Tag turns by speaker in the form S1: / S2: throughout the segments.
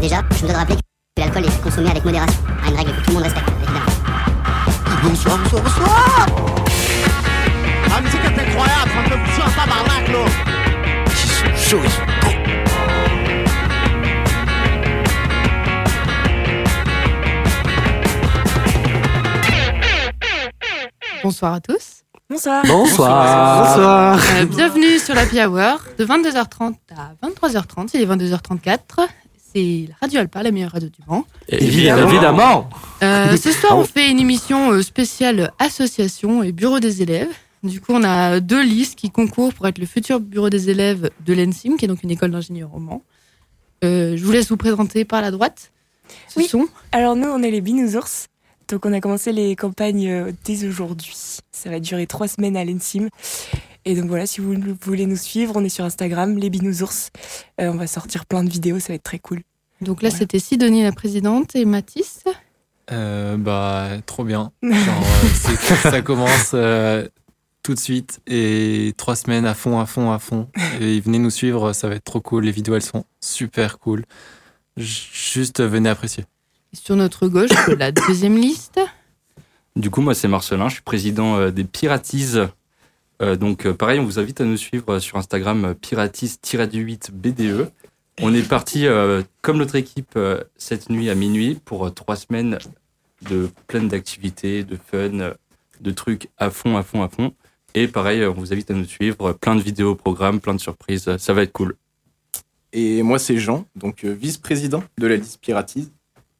S1: Déjà, je me dois de rappeler que l'alcool est consommé avec modération. À une règle que tout le monde respecte, évidemment.
S2: Bonsoir, bonsoir, bonsoir La musique est incroyable, ça me fait pousser un tabarnak, là
S3: Ils sont chauds, ils sont beaux.
S4: Bonsoir à tous.
S5: Bonsoir.
S6: Bonsoir.
S7: Bonsoir.
S4: Euh, bienvenue sur l'Happy Hour de 22h30 à 23h30. Il est 22h34. C'est la Radio Alpa, la meilleure radio du Mans.
S6: Évidemment. Évidemment.
S4: Euh, ce soir, on fait une émission euh, spéciale association et bureau des élèves. Du coup, on a deux listes qui concourent pour être le futur bureau des élèves de l'ENSIM, qui est donc une école d'ingénieurs au Mans. Euh, je vous laisse vous présenter par la droite. Ce
S5: Oui.
S4: sont
S5: Alors nous, on est les Binousours. Donc on a commencé les campagnes euh, dès aujourd'hui. Ça va durer trois semaines à l'ENSIM. Et donc voilà, si vous nous- voulez nous suivre, on est sur Instagram, les Binousours. Euh, on va sortir plein de vidéos, ça va être très cool.
S4: donc là,
S5: Voilà.
S4: c'était Sidonie la présidente et Mathis.
S7: Euh, bah, trop bien. Genre, euh, c'est- ça commence euh, tout de suite et trois semaines à fond, à fond, à fond. Et venez nous suivre, ça va être trop cool. Les vidéos, elles sont super cool. J- Juste euh, venez apprécier.
S4: Et sur notre gauche, la deuxième liste.
S6: Du coup, moi, c'est Marcelin, je suis président euh, des Piratises. Euh, donc, euh, pareil, on vous invite à nous suivre euh, sur Instagram euh, piratis-du8bde. E. On est parti, euh, comme notre équipe, euh, cette nuit à minuit pour euh, trois semaines de pleine d'activités, de fun, euh, de trucs à fond, à fond, à fond. Et pareil, euh, on vous invite à nous suivre. euh, Plein de vidéos au programme, plein de surprises. euh, Ça va être cool.
S8: Et moi, c'est Jean, donc euh, vice-président de la liste Piratise.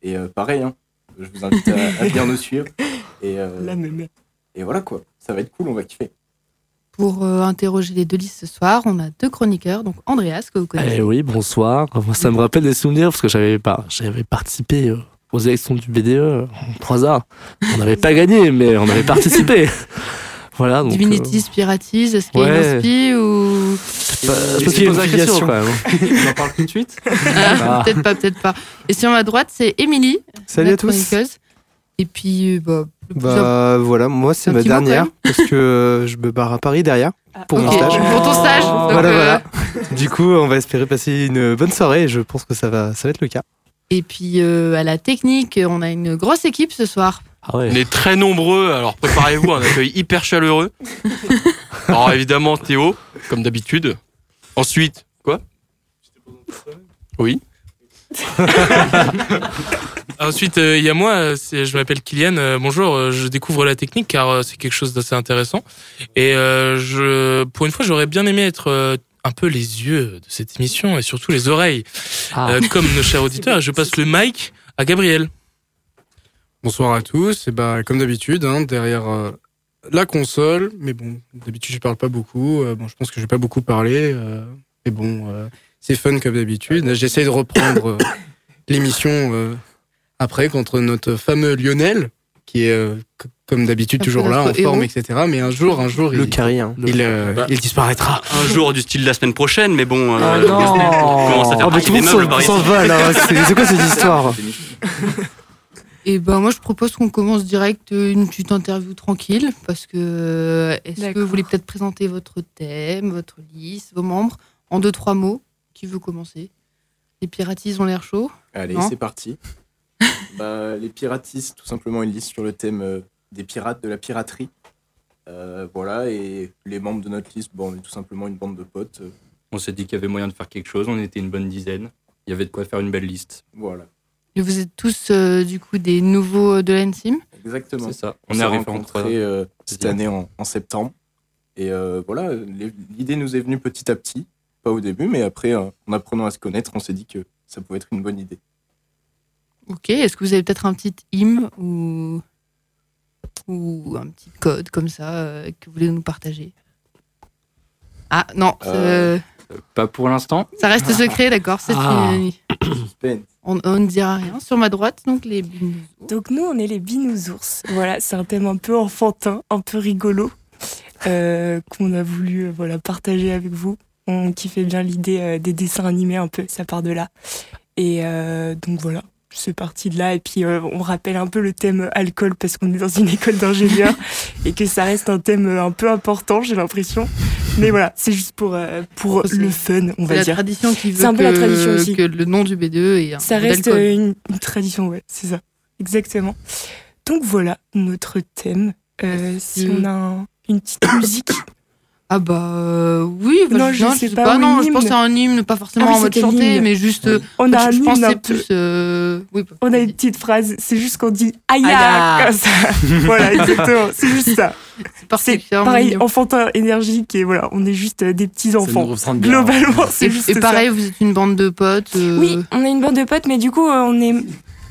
S8: Et euh, pareil, hein, je vous invite à, à bien nous suivre. Et, euh,
S5: même.
S8: et voilà quoi, ça va être cool, on va kiffer.
S4: Pour euh, interroger les deux listes ce soir, on a deux chroniqueurs. Donc Andreas, que vous connaissez.
S7: Allez.
S6: Allez.
S7: Et
S9: Eh
S4: Et,
S7: oui,
S6: oui,
S7: bonsoir.
S6: ça
S7: ça
S6: me
S7: me rappelle des souvenirs parce que j'avais participé
S9: euh,
S7: aux élections du
S9: E,
S7: BDE en 3A. On n'avait pas gagné, mais on avait participé. Voilà, donc. euh,
S4: Divinitis, Piratis, est-ce qu'il y a
S7: Ouais.
S4: une inspi ou
S9: euh,
S6: je me suis posé la question, quand même. On en parle tout de suite
S4: Ah, peut-être pas, peut-être pas. Et sur ma droite, c'est Émilie,
S7: Salut
S4: la
S7: à tous.
S4: chroniqueuse. Et puis, euh, bah, le plus imp-
S7: Bah voilà, moi c'est
S4: un
S7: ma
S4: petit mot,
S7: dernière
S4: quand
S7: parce que euh, je me barre à Paris derrière pour mon
S4: Ah, Ok,
S7: stage.
S4: pour ton stage. donc,
S7: Voilà,
S4: euh,
S7: voilà. Du coup, on va espérer passer une bonne soirée et je pense que ça va, ça va être le cas.
S4: Et puis, euh, à la technique, on a une grosse équipe ce soir.
S7: Ah
S6: ouais.
S3: On est très nombreux, alors préparez-vous à un accueil hyper chaleureux. Alors évidemment, Théo, comme d'habitude. Ensuite, quoi Oui.
S10: Ensuite, euh, il y a moi, euh, c'est- je m'appelle Kylian, euh, bonjour, euh, je découvre la technique car euh, c'est quelque chose d'assez intéressant. Et euh, je, pour une fois, j'aurais bien aimé être euh, un peu les yeux de cette émission et surtout les oreilles,
S6: Ah.
S10: euh, comme nos chers auditeurs. Et Je passe le mic à Gabriel.
S11: Bonsoir à tous. Et bah, comme d'habitude, hein, derrière euh, la console, mais bon, d'habitude je parle pas beaucoup. Euh, bon, je pense que je vais pas beaucoup parler, euh, mais bon, euh, c'est fun comme d'habitude. J'essaie de reprendre euh, l'émission euh, après contre notre fameux Lionel, qui est euh, c- comme d'habitude
S4: Un peu
S11: toujours là, en
S4: notre
S11: forme,
S4: héros.
S11: etc. Mais un jour, un jour, il,
S7: carré, hein.
S11: il, euh,
S3: Bah.
S11: il disparaîtra.
S6: Un jour du style la semaine prochaine, mais
S3: Oh euh,
S6: bon.
S4: Ah
S7: Ah non
S6: ça fait
S7: Oh, mais
S6: partie
S7: tout
S6: des
S7: le
S6: meubles,
S7: monde s'en-
S6: Paris.
S7: s'envole, hein. c'est c'est quoi cette histoire
S4: Et ben, moi, je propose qu'on commence direct euh, une petite interview tranquille. Parce que, euh, est-ce que
S5: D'accord.
S4: vous voulez peut-être présenter votre thème, votre liste, vos membres, en deux, trois mots Qui veut commencer Les Piratis ont l'air chaud.
S8: Allez,
S4: Non.
S8: c'est parti. Bah, les Piratistes, tout simplement, une liste sur le thème euh, des pirates, de la piraterie. Euh, voilà, et les membres de notre liste, bon, on est tout simplement une bande de potes. euh,
S6: On s'est dit qu'il y avait moyen de faire quelque chose, on était une bonne dizaine. Il y avait de quoi faire une belle liste.
S8: voilà,
S4: Et Vous êtes tous, euh, du coup, des nouveaux euh, de l'ENSIM.
S8: exactement.
S6: C'est ça.
S8: On
S6: On est
S8: s'est
S6: arrivé en trois.
S8: rencontrés euh, cette
S6: Bien.
S8: année en, en septembre. Et euh, voilà, les- l'idée nous est venue petit à petit. Pas au début, mais après, euh, en apprenant à se connaître, on s'est dit que ça pouvait être une bonne idée.
S4: Ok, est-ce que vous avez peut-être un petit hymne ou, ou un petit code comme ça euh, que vous voulez nous partager Ah non,
S8: Euh,
S4: ça-
S6: Pas pour l'instant.
S4: ça reste secret, d'accord. c'est
S7: Ah.
S4: une-
S8: Suspense.
S4: on, on ne dira rien. Sur ma droite, donc les binous.
S5: Donc nous, on est les Binousours. Voilà, c'est un thème un peu enfantin, un peu rigolo, euh, qu'on a voulu euh, voilà, partager avec vous. On kiffait bien l'idée euh, des dessins animés un peu, ça part de là. Et euh, donc voilà, ce parti-là. Et puis, euh, on rappelle un peu le thème alcool parce qu'on est dans une école d'ingénieurs et que ça reste un thème euh, un peu important, j'ai l'impression. Mais voilà, c'est juste pour, euh, pour
S4: C'est-
S5: le fun, on
S4: C'est
S5: va
S4: la
S5: dire.
S4: tradition qui
S5: C'est
S4: veut
S5: un peu la tradition
S4: que,
S5: aussi.
S4: que le nom du BDE est un
S5: Ça
S4: modèle
S5: reste
S4: code.
S5: euh, une, une tradition, ouais, c'est ça. Exactement. Donc voilà notre thème. Euh, si
S4: que-
S5: on a un- une petite musique.
S4: Ah bah euh, oui, bah,
S5: Non, je sais pas, oui,
S4: non, je
S5: l'hymne.
S4: pense à un hymne, pas forcément
S5: Ah oui,
S4: en mode
S5: c'était
S4: chanté,
S5: l'hymne.
S4: mais juste euh,
S5: On a un
S4: je, je
S5: hymne
S4: pensais
S5: un peu.
S4: plus euh, oui,
S5: On a une
S4: c'est
S5: petite phrase, c'est juste qu'on dit aïe
S4: Aïe.
S5: comme ça. voilà, exactement, c'est juste ça. C'est
S4: particulièrement
S5: pareil,
S4: mignon.
S5: enfantin, énergique, et voilà, on est juste euh, des petits
S7: Ça nous
S5: enfants.
S7: ressemble bien.
S5: Globalement,
S4: Et,
S5: c'est juste
S4: et
S5: ça.
S4: pareil, vous êtes une bande de potes. euh,
S5: Oui, on est une bande de potes, mais du coup, euh, on est,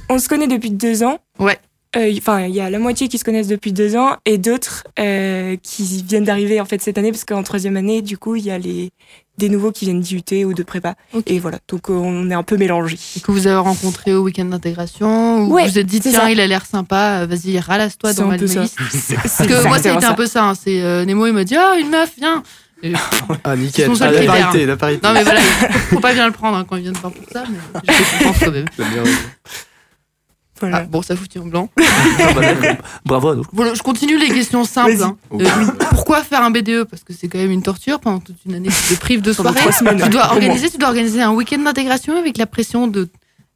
S5: on se connaît depuis deux ans.
S4: Ouais.
S5: Euh, y- Enfin, il y a la moitié qui se connaissent depuis deux ans et d'autres euh, qui viennent d'arriver en fait cette année parce qu'en troisième année, du coup, il y a les des nouveaux qui viennent d'IUT ou de prépa.
S4: Ok.
S5: Et voilà, donc euh, on est un peu mélangés.
S4: Que vous avez rencontré au week-end d'intégration, ou
S5: Ouais,
S4: vous vous êtes dit
S5: c'est
S4: tiens,
S5: ça.
S4: il a l'air sympa, euh, vas-y, ralasse-toi
S5: C'est
S4: dans
S5: un
S4: ma
S5: peu ça.
S4: liste.
S5: C'est
S4: Parce que moi, ça a
S5: exactement
S4: été un peu ça. hein, C'est euh, Nemo, il m'a dit ah, une meuf, viens.
S2: Ah, nickel.
S4: Ils sont
S2: Ah, la
S4: solidaires.
S2: parité, la parité.
S4: Non, mais voilà, faut pas bien le prendre hein, quand il vient de faire pour ça, mais je le comprends quand même.
S5: Voilà.
S4: Ah, bon, ça fout en blanc.
S9: bah,
S2: Bravo à nous.
S4: Voilà, je continue les questions simples.
S5: Vas-y.
S4: hein. Euh, pourquoi faire un BDE Parce que c'est quand même une torture pendant toute une année. Tu te prives de
S5: Pendant
S4: soirée.
S5: trois semaines. hein.
S4: Tu dois
S5: Au moins.
S4: organiser, tu dois organiser un week-end d'intégration avec la pression de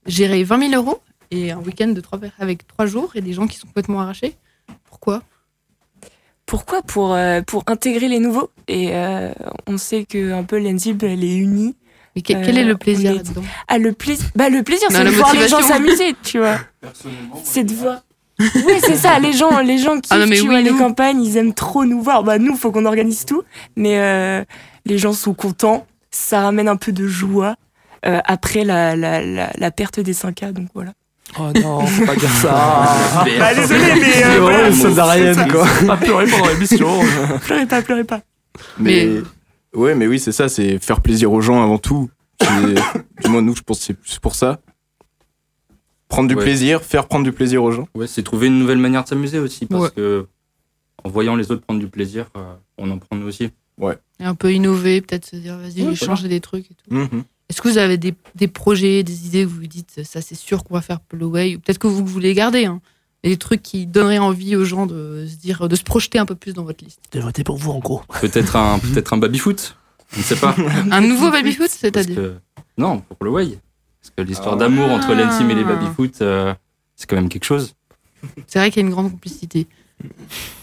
S4: gérer 20 000 euros et un week-end de trois, avec trois jours et des gens qui sont complètement arrachés. Pourquoi
S5: Pourquoi pour, euh, pour intégrer les nouveaux. Et euh, on sait que un peu l'ENSIB, elle est unie.
S4: Mais que-
S5: Euh,
S4: quel est le plaisir
S5: on est-
S4: là-dedans
S5: Ah, le plaisir, bah, le plaisir
S4: Non,
S5: c'est de
S4: la
S5: voir les gens
S4: motivation.
S5: s'amuser, tu vois. C'est de voir. Oui, c'est ça, les gens, les gens qui
S4: Ah non, mais
S5: tu
S4: oui,
S5: vois, les
S4: nous.
S5: campagnes, ils aiment trop nous voir. Bah, nous, faut qu'on organise tout. Mais euh, les gens sont contents, ça ramène un peu de joie euh, après la, la, la, la perte des 5K, donc voilà.
S2: Oh non, faut pas dire
S9: Ah,
S2: ça.
S5: Bah, désolé, mais.
S2: C'est
S5: Euh, voilà,
S2: vraiment une sodarienne, quoi.
S6: Pas pleurer pendant
S5: Oh.
S6: l'émission.
S5: pleurez pas, pleurez pas.
S4: Mais-
S8: Mais, ouais, mais oui, c'est ça, c'est faire plaisir aux gens avant tout. C'est- du moins, nous, je pense que c'est plus pour ça. Prendre du
S6: Ouais.
S8: plaisir, faire prendre du plaisir aux gens.
S6: Ouais, c'est trouver une nouvelle manière de s'amuser aussi, parce
S4: Ouais.
S6: que en voyant les autres prendre du plaisir, euh, on en prend nous aussi.
S4: Et Un peu innover, peut-être se dire vas-y, je vais changer des trucs et tout.
S8: Mhm.
S4: Est-ce que vous avez des, des projets, des idées que vous vous dites ça c'est sûr qu'on va faire Way ou peut-être que vous, vous les gardez hein, et des trucs qui donneraient envie aux gens de se dire de se projeter un peu plus dans votre liste.
S2: De voter pour vous, en gros.
S6: Peut-être un, peut-être un baby-foot, on ne sait pas.
S4: Un nouveau baby-foot,
S6: Parce
S4: c'est-à-dire
S6: que- Non, pour le way. Parce que l'histoire
S8: Ah.
S6: d'amour entre l'Ensim et les
S4: Ah.
S6: baby-foot, euh, c'est quand même quelque chose.
S4: C'est vrai qu'il y a une grande complicité.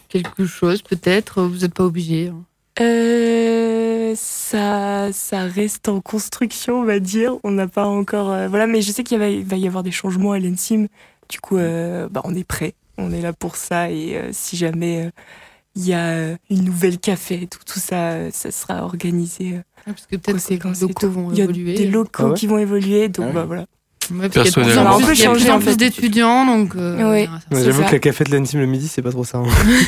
S4: Quelque chose, peut-être, vous n'êtes pas obligé. hein.
S5: Euh, ça, ça reste en construction, on va dire. On n'a pas encore. euh, voilà, mais je sais qu'il y va, il va y avoir des changements à l'ENSIM. Du coup, euh, bah, on est prêt. On est là pour ça. Et euh, si jamais euh, il y a euh, une nouvelle café, et tout, tout ça, euh, ça sera organisé. euh,
S4: Ah, Parce que peut-être que
S5: conséquence
S4: les
S5: et tout.
S4: locaux vont
S5: Il y a des
S4: évoluer.
S5: locaux
S2: Ah ouais
S5: qui vont évoluer. Donc,
S8: Ah oui.
S5: bah, voilà.
S4: Ouais, parce qu'il y a de plus
S3: Personnellement,
S4: en
S5: on peut
S4: plus- il y a de plus
S5: changer un
S4: en
S5: peu
S4: plus
S5: d'attitude.
S4: d'étudiants, donc euh, on
S5: Oui.
S4: verra ça.
S5: Ouais, C'est
S2: J'avoue
S5: ça.
S2: que la café de l'intime le midi, c'est pas trop ça. hein.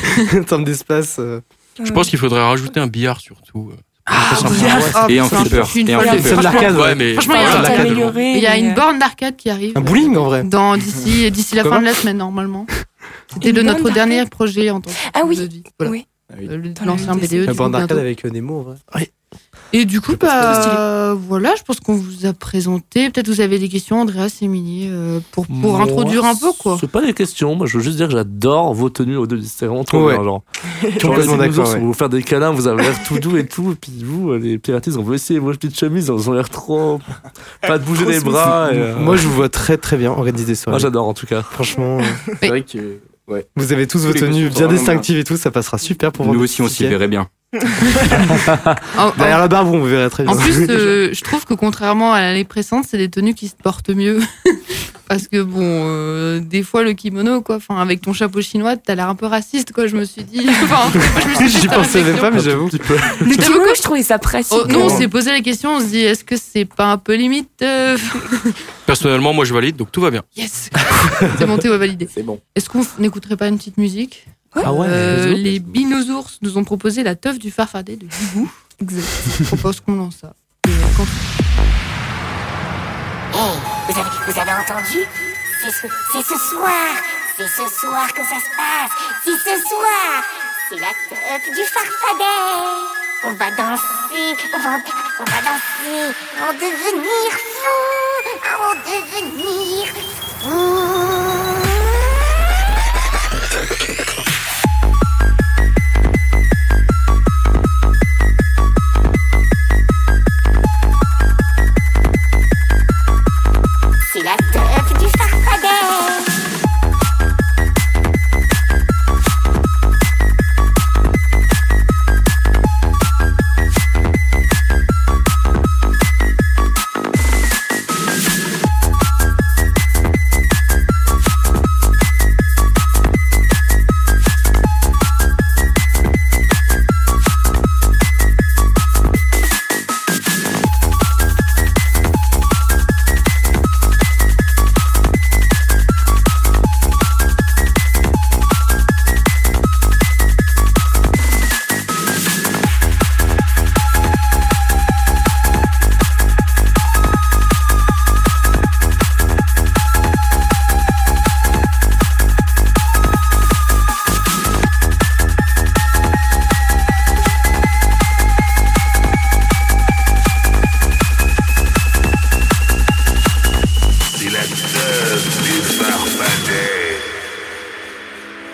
S2: en termes d'espace. euh,
S3: Je pense qu'il faudrait rajouter un billard surtout. Ah,
S4: Ah,
S6: Et un
S4: putain,
S6: flipper.
S4: je suis une
S6: Et un
S4: folle de-
S6: flipper.
S2: C'est de l'arcade,
S3: Ouais,
S2: ouais.
S3: mais
S4: Franchement,
S5: Ouais,
S4: il y a
S2: Ah,
S5: on
S2: la
S5: t'a
S2: cage,
S5: amélioré,
S4: Il y a
S5: mais,
S4: une
S5: euh,
S4: borne d'arcade qui arrive.
S2: Un bowling, en vrai.
S4: Euh, dans d'ici d'ici la
S2: Comment
S4: fin de la semaine normalement. C'était
S5: Une
S4: le- notre
S5: borne
S4: dernier projet en tant que
S5: Ah oui.
S4: de vie. Voilà.
S5: Oui.
S8: oui.
S4: Euh, le-
S5: Dans
S4: Lancer
S5: la
S4: un
S5: BDE,
S4: BDE.
S5: la
S2: La
S4: du coup,
S2: bande d'arcade
S4: bientôt.
S2: avec euh, Nemo, en vrai.
S4: Et du coup,
S8: Je pense que
S5: c'est stylé.
S4: bah, voilà, je pense qu'on vous a présenté. Peut-être vous avez des questions, Andrea Semini, euh, pour, pour
S9: Moi,
S4: introduire un peu quoi.
S9: C'est pas des questions, moi je veux juste dire que j'adore vos tenues aux deux. C'est vraiment trop
S2: Ouais.
S9: bien, hein, genre. Genre, les
S2: Complètement
S9: dinosaures,
S2: d'accord. ouais.
S9: on va vous faire des câlins, vous avez l'air tout doux et tout. Et puis vous, euh, les piratistes, on veut essayer vos petites chemises, elles ont l'air trop. Pas de bouger les bras. et, euh,
S2: Moi, je vous vois très très bien organiser des
S9: moi
S2: soirées.
S9: j'adore en tout cas.
S2: Franchement, euh,
S8: C'est vrai que. Ouais.
S2: vous avez tous vos
S8: les costumes
S2: tenues
S8: sont
S2: bien
S8: vraiment
S2: distinctives et tout, ça passera super pour
S6: Nous
S2: vendre
S6: aussi,
S2: des
S6: on s'y
S2: tickets.
S6: verrait bien.
S4: En, en-
S5: Bah,
S2: Derrière la barbe, on vous verrait très bien.
S4: en plus, euh, je trouve que contrairement à l'année précédente, c'est des tenues qui se portent mieux. Parce que bon, euh, des fois le kimono, quoi, enfin avec ton chapeau chinois, t'as l'air un peu raciste, quoi. Je me suis dit. Enfin, moi, je me suis fait
S2: J'y
S4: cette
S2: pensais même
S4: réflexion.
S2: pas, mais j'avoue.
S5: Le kimono, je trouvais ça pratique.
S4: Oh, nous, on
S5: c'est
S4: s'est posé la question, on se dit, est-ce que c'est pas un peu limite euh,
S3: Personnellement, moi je valide, donc tout va bien.
S4: Yes C'est bon, Théo a validé.
S8: C'est bon.
S4: Est-ce qu'on f- n'écouterait pas une petite musique
S2: Ah ouais,
S4: Euh,
S2: let's go.
S4: Les Binosours nous ont proposé la teuf du farfadet de Guigou. Je propose qu'on lance ça. Et quand-
S1: vous avez, vous avez entendu C'est ce, c'est ce soir C'est ce soir que ça se passe C'est ce soir C'est la teuf du farfadet On va danser, on va, on va danser, en devenir fou En devenir fou la teuf du farfadet.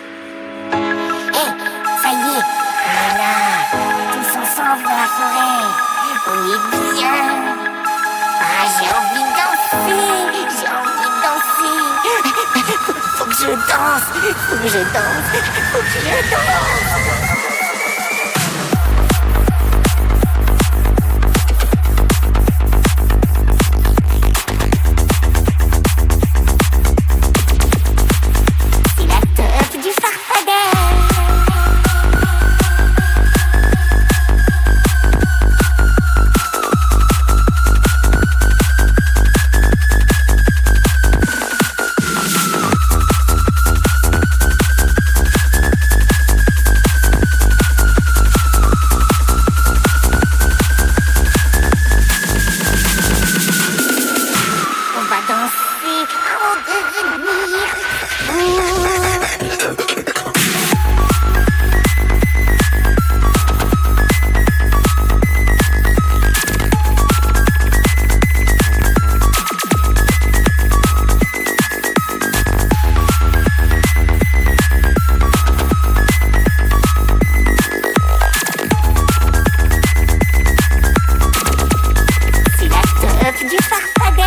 S1: Hé, ça y est, on est là, tous ensemble dans la forêt. On est bien. Ah, j'ai envie de danser, j'ai envie de danser. Faut que je danse, faut que je danse, faut que je danse. C'est la teuf du farfadet. On va danser en devenir. C'est la teuf du farfadet.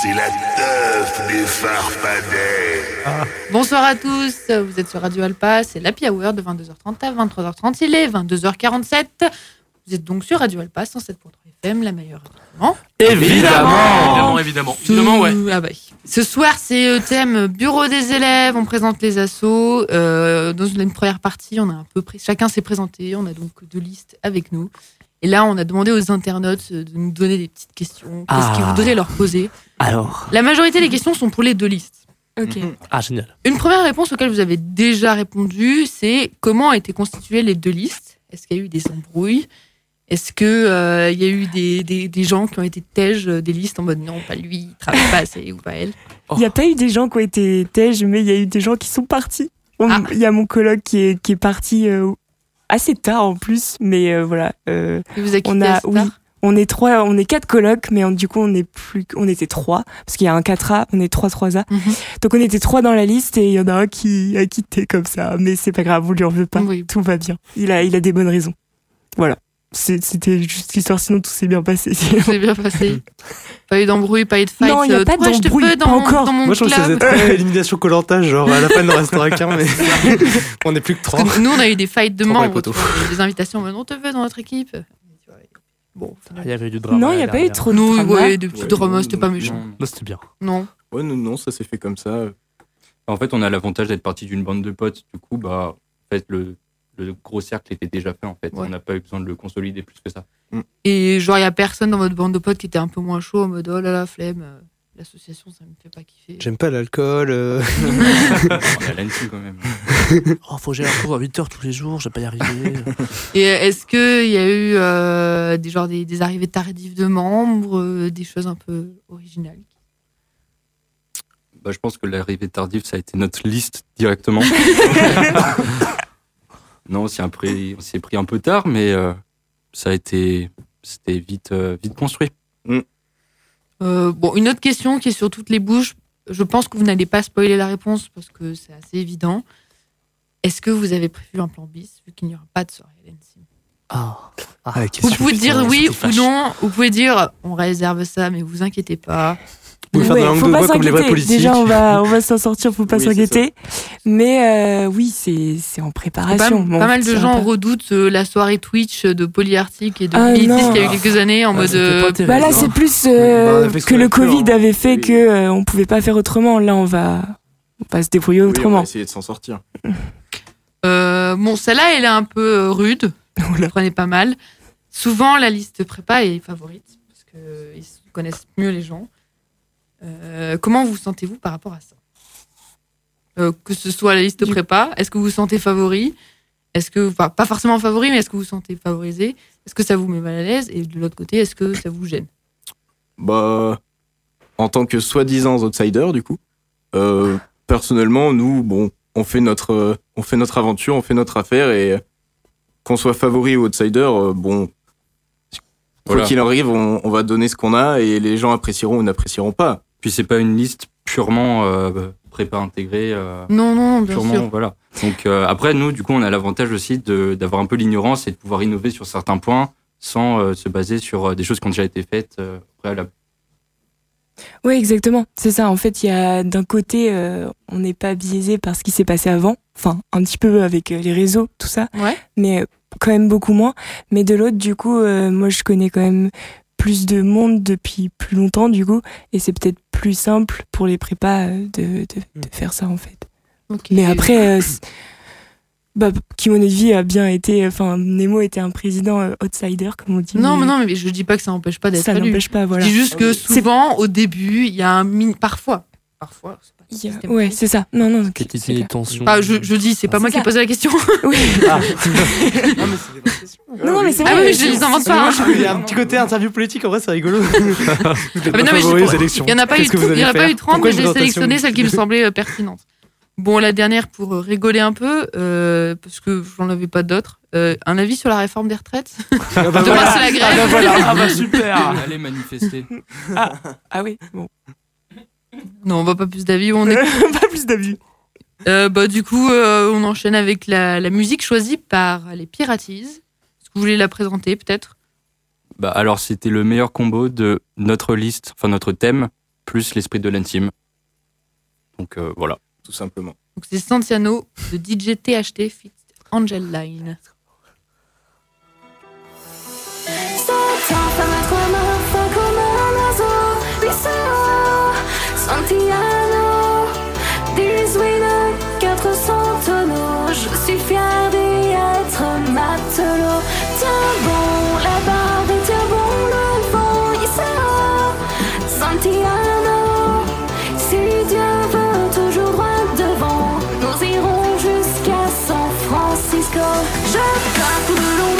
S12: C'est la teuf des farfadets.
S4: Bonsoir à tous, vous êtes sur Radio Alpa, c'est l'Happy Hour de 22h30 à 23h30, il est 22h47. Vous êtes donc sur Radio Alpa, 107.3 FM, la meilleure. évidemment.
S3: Évidemment,
S6: Oh.
S3: évidemment. Évidemment, ouais.
S4: Ah bah. Ce soir, c'est euh, thème bureau des élèves. On présente les assos. Euh, dans une première partie, on a un peu pré- chacun s'est présenté. On a donc deux listes avec nous. Et là, on a demandé aux internautes euh, de nous donner des petites questions. Qu'est-ce qu'ils
S9: Ah.
S4: voudraient leur poser
S9: Alors.
S4: La majorité des questions sont pour les deux listes.
S5: Ok.
S9: Ah, génial.
S4: Une première réponse auquel vous avez déjà répondu, c'est comment ont été constituées les deux listes Est-ce qu'il y a eu des embrouilles Est-ce que euh, il y a eu des, des- des gens qui ont été tèges euh, des listes en mode non, pas lui, il travaille pas assez ou pas elle
S5: Il n'y a pas eu des gens qui ont été tèges, mais il y a eu des gens qui sont partis. On- Il
S4: Ah.
S5: y a mon coloc qui est, qui est parti euh, assez tard en plus, mais euh, voilà. euh,
S4: Il vous a quitté
S5: on
S4: à
S5: a,
S4: cette
S5: oui,
S4: heure
S5: on est trois, on est quatre colocs, mais on- du coup on est plus, on était trois parce qu'il y a un 4A, on est trois 3A.
S4: Mhm.
S5: Donc on était trois dans la liste et il y en a un qui a quitté comme ça, mais c'est pas grave, on lui en veut pas,
S4: Oui.
S5: tout va bien. Il a, il a des bonnes raisons. Voilà, C'est- c'était juste l'histoire, sinon tout s'est bien passé.
S4: C'est bien passé. Pas eu d'embrouille, pas eu de fight.
S5: Non, il y a
S4: Euh,
S5: pas
S4: toi, je te
S5: d'embrouille,
S4: veux
S5: pas
S4: dans,
S5: encore.
S4: dans mon
S9: Moi, je trouve que ça faisait
S4: club.
S9: très
S11: Élimination collantage, genre à la fin il ne restera qu'un, mais on n'est plus que trois.
S4: Parce que Nous, on a eu des fights de
S11: Trois pour les
S4: membres,
S11: poteaux.
S4: tu vois, des invitations. Mais non, on te veut dans notre équipe.
S5: Bon,
S9: Il n'y avait eu de drama.
S5: Non, il
S9: n'y
S5: y a pas eu trop de
S4: Non,
S5: drama.
S4: ouais, des petits
S8: Ouais,
S4: dramas,
S8: non,
S4: c'était pas
S8: non,
S4: méchant.
S9: Là, c'était bien.
S4: Non.
S8: Ouais, non, non, ça s'est fait comme ça.
S6: En fait, on a l'avantage d'être parti d'une bande de potes. Du coup, bah, en fait, le, le gros cercle était déjà fait. En fait,
S4: Ouais.
S6: on n'a pas eu besoin de le consolider plus que ça.
S4: Et genre, il y a personne dans votre bande de potes qui était un peu moins chaud en mode oh là là, flemme, euh, l'association, ça me fait pas kiffer.
S13: J'aime pas l'alcool. euh.
S6: On a l'ANSI quand même.
S9: Oh, faut que j'aille en cours à 8h tous les jours, j'ai pas y arriver.
S4: Et euh, est-ce qu'il y a eu euh, des, genre, des, des arrivées tardives de membres, euh, des choses un peu originales
S6: Bah, je pense que l'arrivée tardive, ça a été notre liste directement. non, on s'y a pris- on s'y est pris un peu tard, mais euh, ça a été, c'était vite, euh, vite construit.
S4: Euh, Bon, une autre question qui est sur toutes les bouches. Je pense que vous n'allez pas spoiler la réponse parce que c'est assez évident. Est-ce que vous avez prévu un plan bis vu qu'il n'y aura pas de soirée LNC
S9: Ah.
S4: Vous pouvez dire oui ou non, vous pouvez dire on réserve ça, mais vous inquiétez pas.
S9: Vous pouvez faire de la
S5: Ouais,
S9: langue
S5: faut
S9: de
S5: pas
S9: bois comme les vrais
S5: s'inquiéter.
S9: politiques.
S5: Déjà, on va, on va s'en sortir, faut pas
S8: Oui, c'est
S5: s'inquiéter. Mais euh, oui, c'est c'est en
S4: Pas,
S5: préparation. Bon,
S4: pas mal de
S5: c'est
S4: gens
S5: un peu-
S4: redoutent euh, la soirée Twitch de Polyarctic et de
S5: Ah,
S4: Militis
S5: non.
S4: qu'il y a eu quelques années en
S9: Ah,
S4: mode.
S9: c'était pas
S4: euh,
S9: intéressant.
S5: Bah là,
S9: Non.
S5: c'est plus euh,
S9: Bah, avec ce
S5: que
S9: qu'on a
S5: le
S9: pu,
S5: Covid
S9: hein.
S5: avait fait
S8: Oui.
S5: que euh, on pouvait pas faire autrement. Là, on va, on va se débrouiller
S8: Oui, on va
S5: autrement.
S8: essayer de s'en sortir.
S4: euh, bon, celle-là, elle est un peu euh, rude. Vous la prenez pas mal. Souvent, la liste prépa est favorite parce qu'ils connaissent mieux les gens. Euh, comment vous sentez-vous par rapport à ça Euh, Que ce soit la liste
S5: Du-
S4: prépa, est-ce que vous vous sentez favori Est-ce que, enfin, pas forcément favori, mais est-ce que vous vous sentez favorisé Est-ce que ça vous met mal à l'aise Et de l'autre côté, est-ce que ça vous gêne
S8: Bah, en tant que soi-disant outsider, du coup, euh, personnellement, nous, bon, on fait notre, euh, on fait notre aventure, on fait notre affaire et euh, qu'on soit favori ou outsider, euh, bon,
S6: Voilà.
S8: quoi qu'il arrive, on, on va donner ce qu'on a et les gens apprécieront ou n'apprécieront pas.
S6: Puis c'est pas une liste purement euh, prépa intégrée. euh,
S4: Non, non, non, bien
S6: purement,
S4: sûr.
S6: voilà. Donc euh, après, nous, du coup, on a l'avantage aussi de- d'avoir un peu l'ignorance et de pouvoir innover sur certains points sans euh, se baser sur euh, des choses qui ont déjà été faites euh, au préalable.
S5: Oui, exactement. C'est ça. En fait, il y a d'un côté, euh, on n'est pas biaisé par ce qui s'est passé avant. Enfin, un petit peu avec euh, les réseaux, tout ça.
S4: Ouais.
S5: mais euh, quand même beaucoup moins. Mais de l'autre, du coup, euh, moi, je connais quand même plus de monde depuis plus longtemps, du coup, et c'est peut-être plus simple pour les prépas euh, de, de, de faire ça, en fait.
S4: Mm. Ok.
S5: Mais après, euh, c- bah, Kimono de Vie a bien été, enfin, Nemo était un président euh, outsider, comme on dit.
S4: Non, mais non, mais je dis pas que ça n'empêche pas d'être
S5: ça
S4: élu.
S5: n'empêche pas,
S4: Je
S5: voilà.
S4: dis juste que
S5: C'est-
S4: souvent, au début, il y a un mini. Parfois. Parfois. c'est pas
S5: Il y a-
S4: systématique.
S5: Ouais, c'est ça. Non, non, c'est-
S9: Petite
S5: c'est clair.
S9: tension.
S4: Enfin, Bah, je, je dis, c'est pas
S9: Ah,
S4: moi
S5: c'est
S4: qui ai
S5: ça.
S4: posé la question.
S5: Oui.
S13: Ah.
S5: Non, non, mais c'est
S4: Ah
S5: vrai.
S4: oui, je les invente pas. hein.
S13: Il y a un petit côté interview politique, en vrai, c'est rigolo.
S4: Ah, mais non, mais je-
S13: Favori aux élections.
S4: il n'y en a pas eu,
S13: Qu'est-ce que
S4: trente-
S13: vous
S4: il y en a
S13: allez
S4: pas eu
S13: faire
S4: 30,
S13: Pourquoi
S4: mais
S13: une
S4: j'ai
S13: présentation
S4: sélectionné celle qui me semblait euh, pertinente. Bon, la dernière pour euh, rigoler un peu, euh, parce que j'en avais pas d'autres. Euh, un avis sur la réforme des retraites
S13: Ah bah
S4: Demain,
S13: voilà.
S4: c'est la grève.
S13: Ah bah voilà. Ah bah super.
S6: Allez manifester.
S5: Ah oui, bon.
S4: Non, on va pas plus d'avis. On est
S5: pas plus d'avis.
S4: Euh, bah, du coup, euh, on enchaîne avec la, la musique choisie par les Piraties. Est-ce que vous voulez la présenter, peut-être
S6: Bah, alors, c'était le meilleur combo de notre liste, enfin notre thème, plus l'esprit de l'intime. Donc euh, voilà.
S8: Tout simplement.
S4: Donc, c'est Santiano de DJ THT fit Angel Line.
S1: Santiano, 18 nœuds, 400 tonneaux, je suis fier d'y être matelot. Tiens bon, la barbe, tiens bon, le vent, il sera. Santiano, si Dieu veut, toujours droit devant, nous irons jusqu'à San Francisco. Je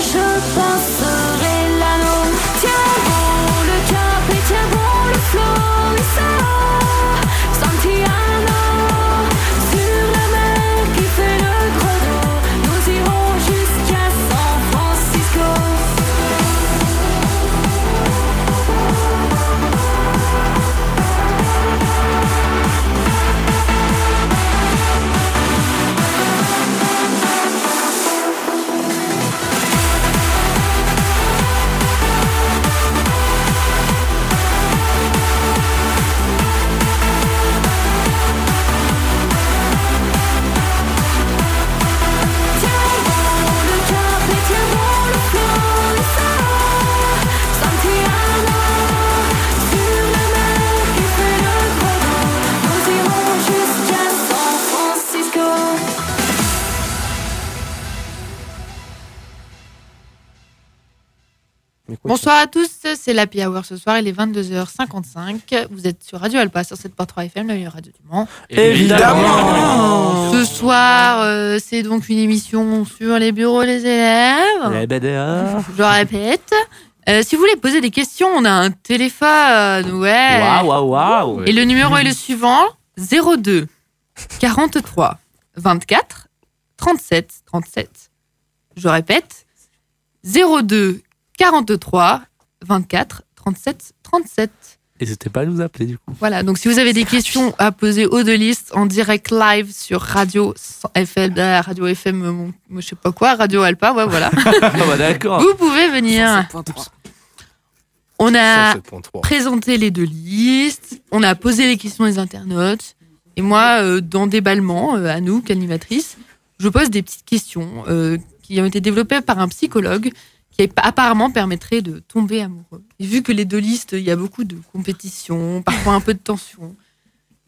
S14: je pincerai l'anneau. Tiens bon le cap et tiens bon le flot, le Sao, Santiano. Sur la mer qui fait le gros dos, nous irons jusqu'à San Francisco. Tiens bon le cap et tiens bon le flot, le Sao, Santiano. Sur la mer qui fait le gros dos, nous irons jusqu'à San Francisco.
S4: Bonsoir à tous, c'est l'Happy Hour ce soir, il est 22h55. Vous êtes sur Radio Alpa, sur 7.3 FM, la meilleure radio du monde.
S9: Évidemment
S4: Ce soir, euh, c'est donc une émission sur les bureaux des élèves.
S9: La BDA.
S4: Je le répète. Euh, si vous voulez poser des questions, on a un téléphone. euh, Ouais.
S9: Waouh, waouh, waouh.
S4: Et le numéro est le suivant 02 43 24 37 37. Je répète 02 43 24 37 37.
S9: N'hésitez pas à nous appeler du coup.
S4: Voilà, donc si vous avez des questions à poser aux deux listes en direct live sur Radio FM, euh, Radio FM, euh, mon- je sais pas quoi, Radio Alpa, ouais, voilà.
S9: Ah bah d'accord.
S4: Vous pouvez venir. On a
S9: 107.3.
S4: présenté les deux listes, on a posé les questions des internautes, et moi, euh, dans Déballement, euh, à nous, qu'animatrice, je pose des petites questions euh, qui ont été développées par un psychologue qui apparemment permettrait de tomber amoureux. Et vu que les deux listes, il y a beaucoup de compétition, parfois un peu de tension,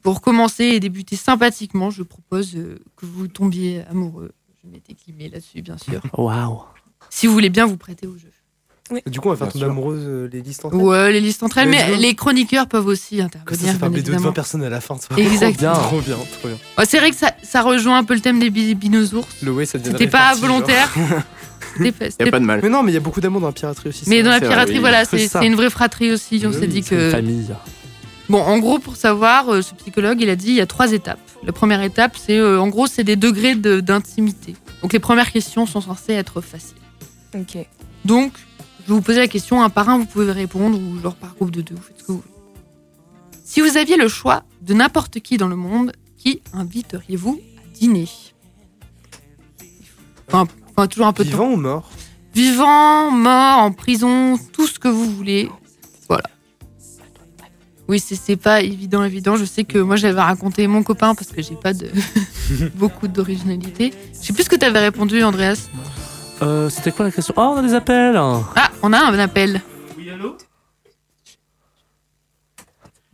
S4: pour commencer et débuter sympathiquement, je propose euh, que vous tombiez amoureux. Je mets des guillemets là-dessus, bien sûr.
S9: Waouh.
S4: Si vous voulez bien vous prêter au jeu.
S13: Du coup, on va faire
S9: Bien
S13: tomber
S9: sûr.
S13: amoureuse euh, les listes entre elles.
S4: Ouais, les listes entre elles,
S13: Let's
S4: mais
S13: go.
S4: les chroniqueurs peuvent aussi
S13: Comme ça, ça
S4: intervenir.
S13: fait un
S4: bien
S13: BD de 20
S4: évidemment.
S13: personnes à la fin. tu vois.
S4: Exactement.
S13: Trop bien, trop bien.
S4: Ouais, C'est vrai que ça, ça rejoint un peu le thème des bi- binosours.
S13: Le way, ça devient
S4: C'était pas volontaire. C'était pas- Bah, c'était-
S13: Mais non, mais il y a beaucoup d'amour dans la piraterie aussi.
S4: Mais
S13: c'est
S4: dans la
S13: vrai.
S4: piraterie, voilà, c'est
S13: ça.
S4: c'est une vraie fratrie aussi. On
S13: Oui,
S4: s'est dit
S13: c'est une
S4: que.
S13: famille.
S4: Bon, en gros, pour savoir, euh, ce psychologue, il a dit il y a trois étapes. La première étape, c'est euh, en gros, c'est des degrés de- d'intimité. Donc les premières questions sont censées être faciles.
S5: Ok.
S4: Donc, je vais vous poser la question un par un, vous pouvez répondre, ou genre par groupe de deux, vous faites ce que vous voulez. Si vous aviez le choix de n'importe qui dans le monde, qui inviteriez-vous à dîner enfin, enfin, toujours un peu de
S13: Vivant
S4: temps.
S13: ou mort
S4: Vivant, mort, en prison, tout ce que vous voulez. Voilà. Oui, c'est- c'est pas évident, évident. Je sais que moi, j'avais raconté mon copain parce que j'ai pas de beaucoup d'originalité. Je sais plus ce que t'avais répondu, Andreas.
S9: Euh, C'était quoi la question Oh, on a des appels
S4: Ah, on a un appel.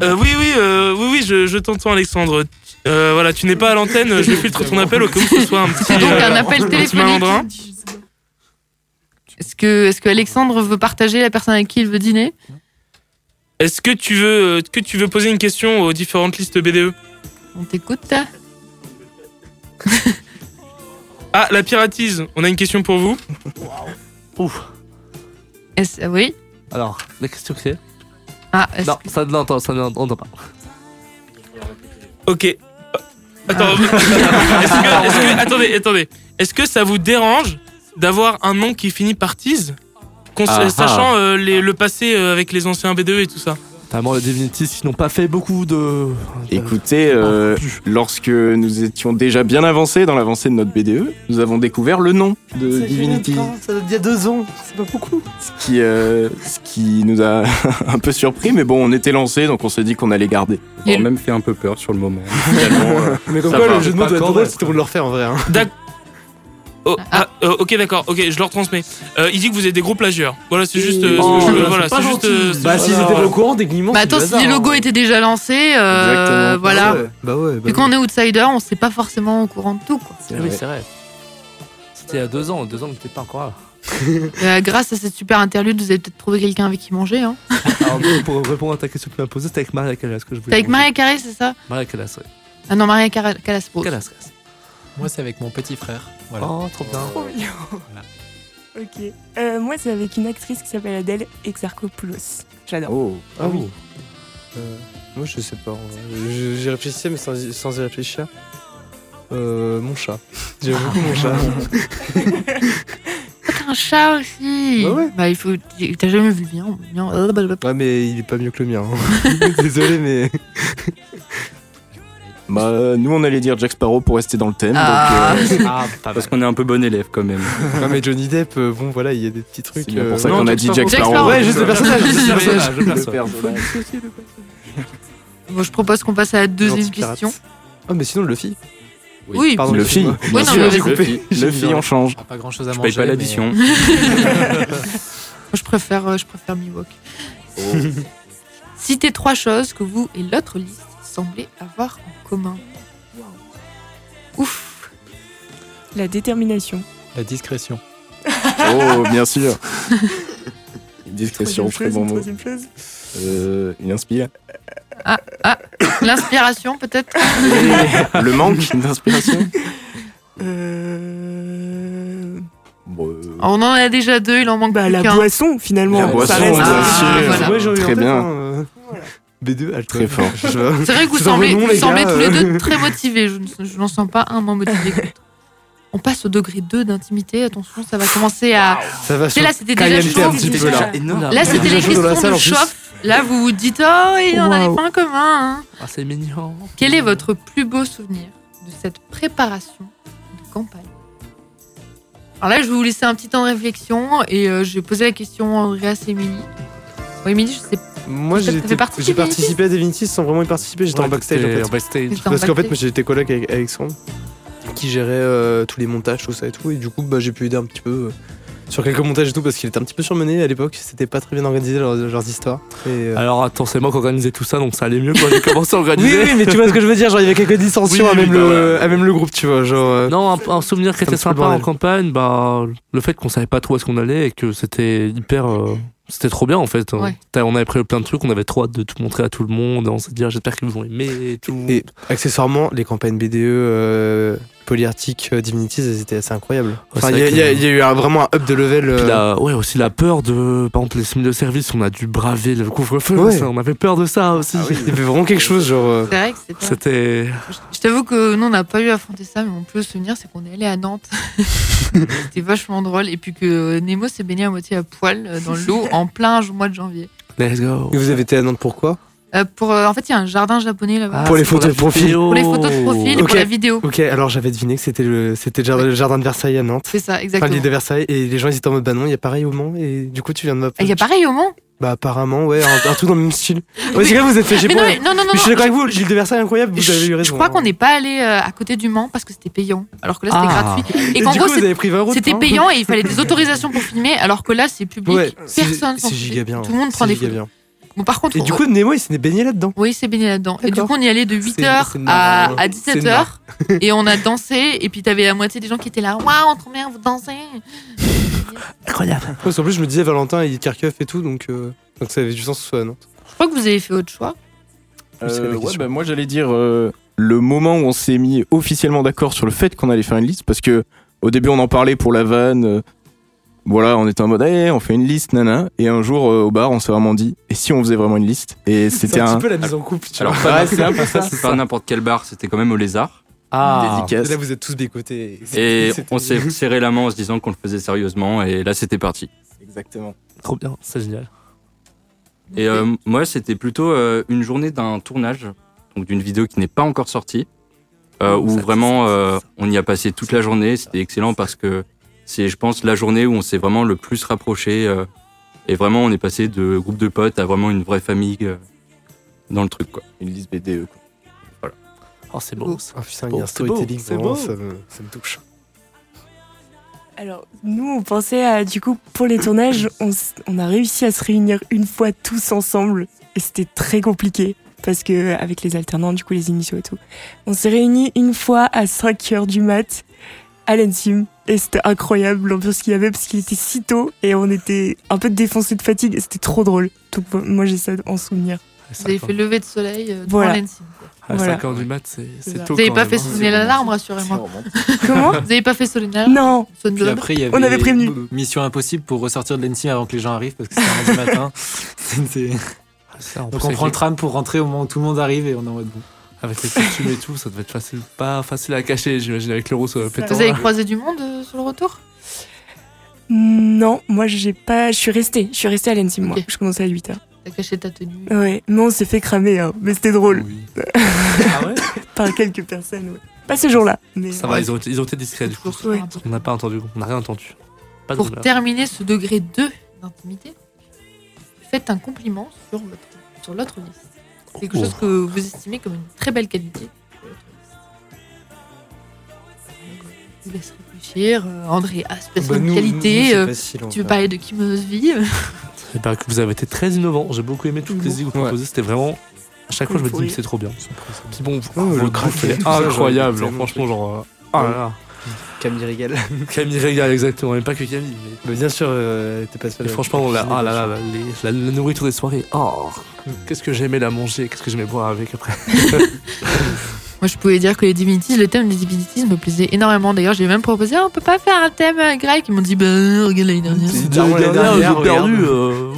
S10: Euh, oui, oui, euh, oui, oui, je, je t'entends, Alexandre. Euh, voilà, tu n'es pas à l'antenne, je filtre ton appel au cas où ce soit un petit.
S4: C'est Ah, donc un
S10: euh,
S4: appel
S10: petit
S4: téléphonique.
S10: malandrin.
S4: Est-ce que, est-ce que Alexandre veut partager la personne avec qui il veut dîner
S10: Est-ce que tu veux euh, que tu veux poser une question aux différentes listes E BDE
S4: On t'écoute.
S10: Ah, la piratise, on a une question pour vous.
S4: Est-ce- euh, oui.
S9: Alors, la question c'est
S4: Ah, est-ce
S9: Non, ça ne l'entend, ça ne l'entend pas.
S10: Ok.
S4: Ah.
S10: Attends. est-ce que- est-ce que- attendez, attendez. Est-ce que ça vous dérange d'avoir un nom qui finit par tise, cons-
S9: Ah, ah.
S10: sachant euh, les- le passé euh, avec les anciens BDE et tout ça
S9: Notamment les Divinities qui n'ont pas fait beaucoup de.
S8: Écoutez, euh, lorsque nous étions déjà bien avancés dans l'avancée de notre BDE, nous avons découvert le nom de
S13: Ça fait
S8: Divinity,
S13: longtemps, Ça date d'il y a deux ans, c'est pas beaucoup.
S8: qui, euh, ce qui nous a un peu surpris, mais bon, on était lancés, donc on s'est dit qu'on allait garder.
S4: On a
S8: même fait un peu peur sur le moment. Finalement, euh,
S13: Mais comme
S8: ça
S13: quoi,
S8: va.
S13: le jeu de mots doit être drôle si tout le monde le refait en vrai. hein.
S10: D'accord. Oh, ah, euh, ok, d'accord. Ok, je leur transmets. Euh, il dit que vous êtes des gros plagieurs. Voilà, c'est juste. euh,
S13: Oh,
S10: ce que je-
S13: bah,
S10: voilà,
S13: c'est pas
S10: c'est juste.
S13: gentil.
S10: euh, c'est
S13: Bah,
S10: juste-
S13: s'ils étaient au courant, techniquement.
S4: Bah
S13: c'est du
S4: attends, si
S13: hasard,
S4: les
S13: hein.
S4: logos étaient déjà lancés, euh,
S13: Exactement.
S4: voilà.
S13: Bah ouais, Bah ouais, bah
S4: Et quand
S13: ouais.
S4: on est outsider, on sait pas forcément au courant de tout. Quoi.
S9: Ah oui, c'est vrai. C'était il y a deux ans, deux ans, on n'était pas encore là.
S4: Euh, grâce à cette super interlude, vous avez peut-être trouvé quelqu'un avec qui manger. Hein.
S9: Alors, bon, pour répondre à ta question que tu m'as posée, c'était avec Maria Callas que je
S4: T'es
S9: voulais.
S4: avec Maria Carré, c'est ça
S9: manger. Maria Callas, ouais.
S4: Ah non, Maria Carré, Calas.
S9: Callas, ouais.
S13: Oh,
S7: Moi, c'est avec mon petit frère. Voilà.
S9: Oh, trop bien.
S5: Ok. Euh, moi, c'est avec une actrice qui s'appelle Adèle Exarchopoulos. J'adore.
S10: Oh.
S13: Ah oui. Euh, moi, je sais pas. en vrai. Je- J'y réfléchissais, mais sans, y- sans y réfléchir. Euh, mon chat. J'aime beaucoup mon chat.
S4: T'as un chat aussi
S13: Bah ouais.
S4: il faut. T'as jamais vu le mien, le mien, euh, blablabla.
S13: ouais, mais il est pas mieux que le mien. hein. Désolé, mais.
S8: Bah, euh, nous, on allait dire Jack Sparrow pour rester dans le thème.
S13: Ah.
S8: donc, euh,
S13: Ah,
S8: parce qu'on est un peu bon élève quand même.
S13: Non, mais Johnny Depp, euh, bon, voilà, il y a des petits trucs.
S8: C'est bien
S13: euh,
S8: pour ça qu'on a dit Jack Sparrow.
S13: Ouais, juste le personnage. juste le personnage.
S4: Bon, je propose qu'on passe à la deuxième
S13: L'anti-pirate.
S4: question.
S13: Ah, mais sinon, Luffy.
S4: Oui.
S13: pardon,
S8: Luffy.
S13: excuse-moi.
S8: Oui, Bien non, sûr, mais j'ai vas-y. coupé.
S13: J'ai
S8: Luffy,
S13: mis-
S8: on change.
S7: Pas grand chose à
S8: Je
S7: manger.
S8: paye pas l'addition.
S7: mais-
S4: Moi, je préfère, euh, je préfère Miwok.
S8: Oh.
S4: Citez trois choses que vous et l'autre liste semblez avoir en commun. Ouf.
S5: La détermination.
S7: La discrétion.
S8: Oh, bien sûr. Une discrétion, très
S5: Troisième
S8: bon mot.
S5: chose, troisième chose.
S8: Euh, une inspire.
S4: Ah, ah, l'inspiration peut-être
S8: le manque d'inspiration.
S5: Euh...
S4: On en a déjà deux, il en manque
S5: Bah,
S4: plus
S5: la
S4: qu'un.
S5: boisson, finalement.
S8: La
S5: Ça
S8: boisson,
S5: reste-
S8: bien
S5: Ah,
S8: sûr.
S5: voilà.
S13: Ouais, j'aurais eu en
S8: Très
S13: tête,
S8: bien.
S13: hein, euh, B2, alcool.
S8: Très fort.
S13: Je-
S4: C'est vrai que vous
S13: Je vous en
S4: semblez,
S13: veux non,
S4: vous
S13: les
S4: semblez
S13: gars,
S4: tous les deux
S13: euh.
S4: très motivés. Je ne- je n'en sens pas un moins motivé que l'autre. On passe au degré 2 d'intimité. Attention, ça va commencer à.
S13: Ça va
S4: Tu sais, là,
S13: chaud-
S4: c'était déjà
S13: caillanter
S4: chaud.
S13: un petit peu, là. Énorme.
S4: Là, c'était
S13: Déjà
S4: les
S13: chaud dans
S4: questions
S13: la salle,
S4: de
S13: en plus.
S4: chauffe. Là, vous vous dites Oh, il en a des
S13: Waouh.
S4: points communs. hein.
S6: Ah, c'est mignon.
S4: Quel est votre plus beau souvenir de cette préparation de campagne Alors là, je vais vous laisser un petit temps de réflexion et euh, je vais poser la question à Andreas et Émilie. Bon, Émilie, je sais pas.
S13: Moi,
S4: T'as-
S13: j'ai
S4: t'as
S13: été-
S4: participé
S13: j'ai
S4: à Divinity
S13: participé à Divinity sans vraiment y participer. J'étais
S7: Ouais,
S13: en backstage en
S7: t'étais
S13: fait.
S7: en backstage.
S4: T'étais en
S13: Parce qu'en fait,
S4: backstage.
S13: moi, j'étais coloc avec Alexandre qui gérait euh, tous les montages, tout ça et tout. Et du coup, bah, j'ai pu aider un petit peu euh, sur quelques montages et tout parce qu'il était un petit peu surmené à l'époque. C'était pas très bien organisé leurs, leurs histoires. Et, euh,
S9: Alors attends, c'est moi qui organisais tout ça, donc ça allait mieux quand j'ai commencé à
S13: Oui,
S9: organiser.
S13: oui, mais tu vois ce que je veux dire. Genre, il y avait quelques dissensions
S9: Oui,
S13: à,
S9: oui,
S13: même
S9: bah
S13: le,
S9: voilà.
S13: à même le groupe, tu vois. Genre, euh,
S9: Non, un, un souvenir qui
S13: C'est un
S9: était
S13: petit peu le
S9: sympa en
S13: bordel.
S9: campagne, bah, le fait qu'on savait pas trop où est-ce qu'on allait et que c'était hyper. euh, c'était trop bien en fait. hein.
S4: Ouais.
S9: T'as- On avait prévu plein de trucs, on avait trop hâte de tout montrer à tout le monde. On s'est dit, ah, j'espère qu'ils vont aimer et tout.
S13: Et accessoirement, les campagnes BDE, euh, Polyarctic, euh, Divinities, elles étaient assez incroyables. Enfin,
S9: Oh,
S13: il
S9: c'est
S13: y, a-
S9: vrai
S13: il y a-
S9: que-
S13: il y a eu un- vraiment un up de level.
S9: Puis
S13: euh,
S9: la- ouais, aussi la peur de. Par exemple, les signes de service, on a dû braver le couvre-feu.
S13: Ouais. Ah
S9: ça, On avait peur de ça aussi.
S13: Il y avait vraiment quelque chose, genre. euh,
S4: C'est vrai que c'était.
S9: C'était.
S4: Je t'avoue que nous, on n'a pas eu à affronter ça, mais mon plus beau souvenir, c'est qu'on est allé à Nantes. c'était vachement drôle. Et puis que euh, Nemo s'est baigné à moitié à poil euh, dans l'eau en plein jour- mois de janvier.
S9: Let's go.
S13: Et vous avez été à Nantes pourquoi
S4: Euh, pour, euh, en fait, il y a un jardin japonais là-bas.
S13: Ah, Pour les
S9: Bah, c'est pour
S13: photos
S9: la
S13: de profil.
S9: vidéo.
S4: Pour les photos de profil et
S13: Ok.
S4: pour la vidéo.
S13: Ok, alors j'avais deviné que c'était le, c'était le jardin, le jardin de Versailles à Nantes.
S4: C'est ça,
S13: Enfin,
S4: exactement.
S13: l'île de Versailles. Et les gens, ils étaient en mode bah non, il y a pareil au Mans. Et du coup, tu viens de ma.
S4: Et Ah, Il y a pareil au Mans
S13: Bah apparemment, ouais, un, un truc dans le même style. Ouais, c'est quand vous êtes fait chez
S4: Mais
S13: moi.
S4: non, mais- non, non, non,
S13: Mais je suis
S4: non,
S13: d'accord avec vous, l'île de Versailles est incroyable, vous avez eu raison.
S4: Je crois
S13: hein.
S4: qu'on n'est pas allé euh, à côté du Mans parce que c'était payant. Alors que là, c'était
S9: Ah.
S4: gratuit. Et
S13: Et
S4: qu'en
S13: du
S4: gros,
S13: coup, vous
S4: c'est-
S13: avez pris 20 routes,
S4: c'était
S13: hein.
S4: payant et il fallait des autorisations pour filmer. Alors que là, c'est public.
S13: Ouais, c'est-
S4: Personne s'en
S13: c'est
S4: fout.
S13: giga bien.
S4: Tout le monde
S13: c'est
S4: prend des
S13: giga
S4: photos.
S13: bien.
S4: Bon, par contre,
S13: Et du
S4: on-
S13: coup, Nemo, il s'est baigné là-dedans.
S4: Oui, c'est baigné là-dedans. Et du
S13: D'accord.
S4: coup, on y allait de 8h
S13: c'est
S4: à,
S7: euh,
S13: marrant.
S4: à
S13: C'est
S4: 17h. Et on a dansé. Et puis, t'avais la moitié des gens qui étaient là. Waouh, trop bien, vous dansez.
S9: Incroyable.
S13: Parce qu'en plus, je me disais Valentin, il est de Kharkov et tout, donc, euh, donc ça avait du sens que ce soit à Nantes.
S4: Je crois que vous avez fait autre choix.
S13: c'est la
S8: Euh, ouais,
S13: question.
S8: bah, moi j'allais dire euh, le moment où on s'est mis officiellement d'accord sur le fait qu'on allait faire une liste parce que au début on en parlait pour la vanne. euh, voilà, on était en mode, Eh, on fait une liste, nana. Et un jour euh, au bar, on s'est vraiment dit, et si on faisait vraiment une liste Et c'était un.
S13: la mise en couple, tu
S8: Alors,
S13: vois.
S8: pas c'est un peu ça.
S13: c'est
S8: c'est
S13: ça.
S6: Pas n'importe quel bar, c'était quand même au lézard.
S9: Ah.
S8: dédicace.
S13: Là, vous êtes tous bécotés.
S6: Et
S13: C'était-
S6: on s'est serré la main en se disant qu'on le faisait sérieusement. Et là, c'était parti.
S8: Exactement.
S9: Trop bien, c'est génial.
S4: Ok.
S6: Et euh, moi, c'était plutôt euh, une journée d'un tournage, donc d'une vidéo qui n'est pas encore sortie, euh,
S9: Oh,
S6: où vraiment euh, on y a passé toute la journée. C'était excellent parce que c'est, je pense, la journée où on s'est vraiment le plus rapproché. euh, et vraiment, on est passé de groupe de potes à vraiment une vraie famille euh, dans le truc. Quoi.
S8: Une liste BDE. quoi.
S9: Oh, c'est beau.
S13: Ah putain, il y
S9: Bon,
S13: a un
S9: c'est beau,
S13: storytelling,
S9: c'est
S13: vraiment,
S9: beau.
S13: ça me, ça me touche.
S5: Alors, nous, on pensait à, du coup, pour les tournages, on, s- on a réussi à se réunir une fois tous ensemble. Et c'était très compliqué. Parce que, avec les alternants, du coup, les initiaux et tout. On s'est réunis une fois à 5 heures du mat à l'Ensim. Et c'était incroyable l'ambiance qu'il y avait parce qu'il était si tôt et on était un peu défoncé de fatigue et c'était trop drôle. Donc, moi, j'ai ça en souvenir.
S4: Vous avez fait lever de soleil euh, devant
S5: Voilà.
S4: l'Ensim.
S5: À Voilà. 5
S7: heures du mat, c'est- c'est
S4: ça.
S7: tôt
S4: Vous n'avez
S7: quand
S4: pas
S7: même,
S4: fait
S7: hein.
S4: sonner l'alarme, rassurez-moi.
S5: Comment
S4: Vous n'avez pas fait sonner l'alarme
S5: Non.
S7: Puis après, il y avait,
S4: On avait prévenu.
S7: Mission impossible pour ressortir de l'ENSI avant que les gens arrivent parce que c'était un du matin. C'était- Donc
S9: plus,
S7: on
S9: avec
S7: prend le
S9: les-
S7: tram pour rentrer au moment où tout le monde arrive et on est en mode bon.
S9: Avec les costumes et tout, ça devait être facile, pas facile à cacher, j'imagine, avec l'euro sur le pétant.
S4: Vous avez croisé du monde euh, sur le retour
S5: Non, moi j'ai pas. Je suis restée. Je suis restée à l'ENSIM, moi.
S4: Ok.
S5: Je commençais à 8h.
S4: T'as caché ta tenue.
S5: Ouais, mais on s'est fait cramer, hein. mais c'était drôle.
S4: Ah
S5: Par quelques personnes, ouais. Pas ce jour-là. Mais...
S9: Ça va, ils ont, été- ils ont été discrets du coup.
S5: Ouais.
S9: On n'a pas entendu, on n'a rien entendu. Pas de
S4: Pour
S9: rumeur.
S4: terminer ce degré 2 d'intimité, faites un compliment sur votre- sur l'autre liste. C'est quelque chose que vous estimez comme une très belle qualité. de l'autre liste. Je vous laisse réfléchir. Euh, André a
S9: Bah,
S4: spécialement une
S9: nous- nous,
S4: qualité.
S9: c'est
S4: euh,
S9: facile, en
S4: tu veux
S9: fait.
S4: parler de Kim Vie
S9: Eh ben, que vous avez été très innovant. J'ai beaucoup aimé toutes les idées que vous proposez. C'était vraiment. À chaque fois, je me dis, mais c'est trop bien. Puis bon, Oh, le graphe
S13: craquer,
S9: est
S13: tout ça,
S9: incroyable.
S13: j'aurais
S9: genre,
S13: tellement
S9: franchement, genre. euh,
S13: Ah
S9: ah là
S13: oui.
S9: là.
S13: Camille Régal.
S9: Camille Régal, exactement. Et pas que Camille. Mais,
S13: bien sûr, euh, t'es pas seul.
S9: mais franchement, la, ah là là, la, les- la- la nourriture des soirées. Oh, qu'est-ce que j'aimais la manger. Qu'est-ce que j'aimais boire avec après.
S4: Moi, je pouvais dire que les divinities, le thème des divinities me plaisait énormément. D'ailleurs, j'ai même proposé, on peut pas faire un thème euh, grec. Ils m'ont dit, ben, regarde l'année dernière.
S9: Dernière,
S13: dernière,
S9: j'ai perdu.
S13: regarde.
S9: euh,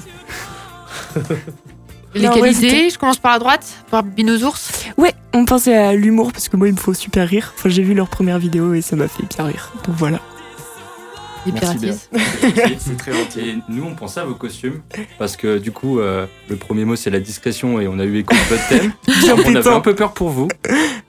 S4: Les
S5: Non, ouais,
S4: qualités,
S5: c'était-
S4: je commence par la droite, par Binousours.
S5: Ouais, on pensait à l'humour parce que moi il me faut super rire. Enfin, j'ai vu leur première vidéo et ça m'a fait bien rire. Donc voilà.
S4: Les
S6: Merci
S4: piratistes.
S6: C'est très gentil. Et nous, on pensait à vos costumes parce que du coup, euh, le premier mot c'est la discrétion et on a eu écho de votre thème. on avait
S5: pétant.
S6: un peu peur pour vous.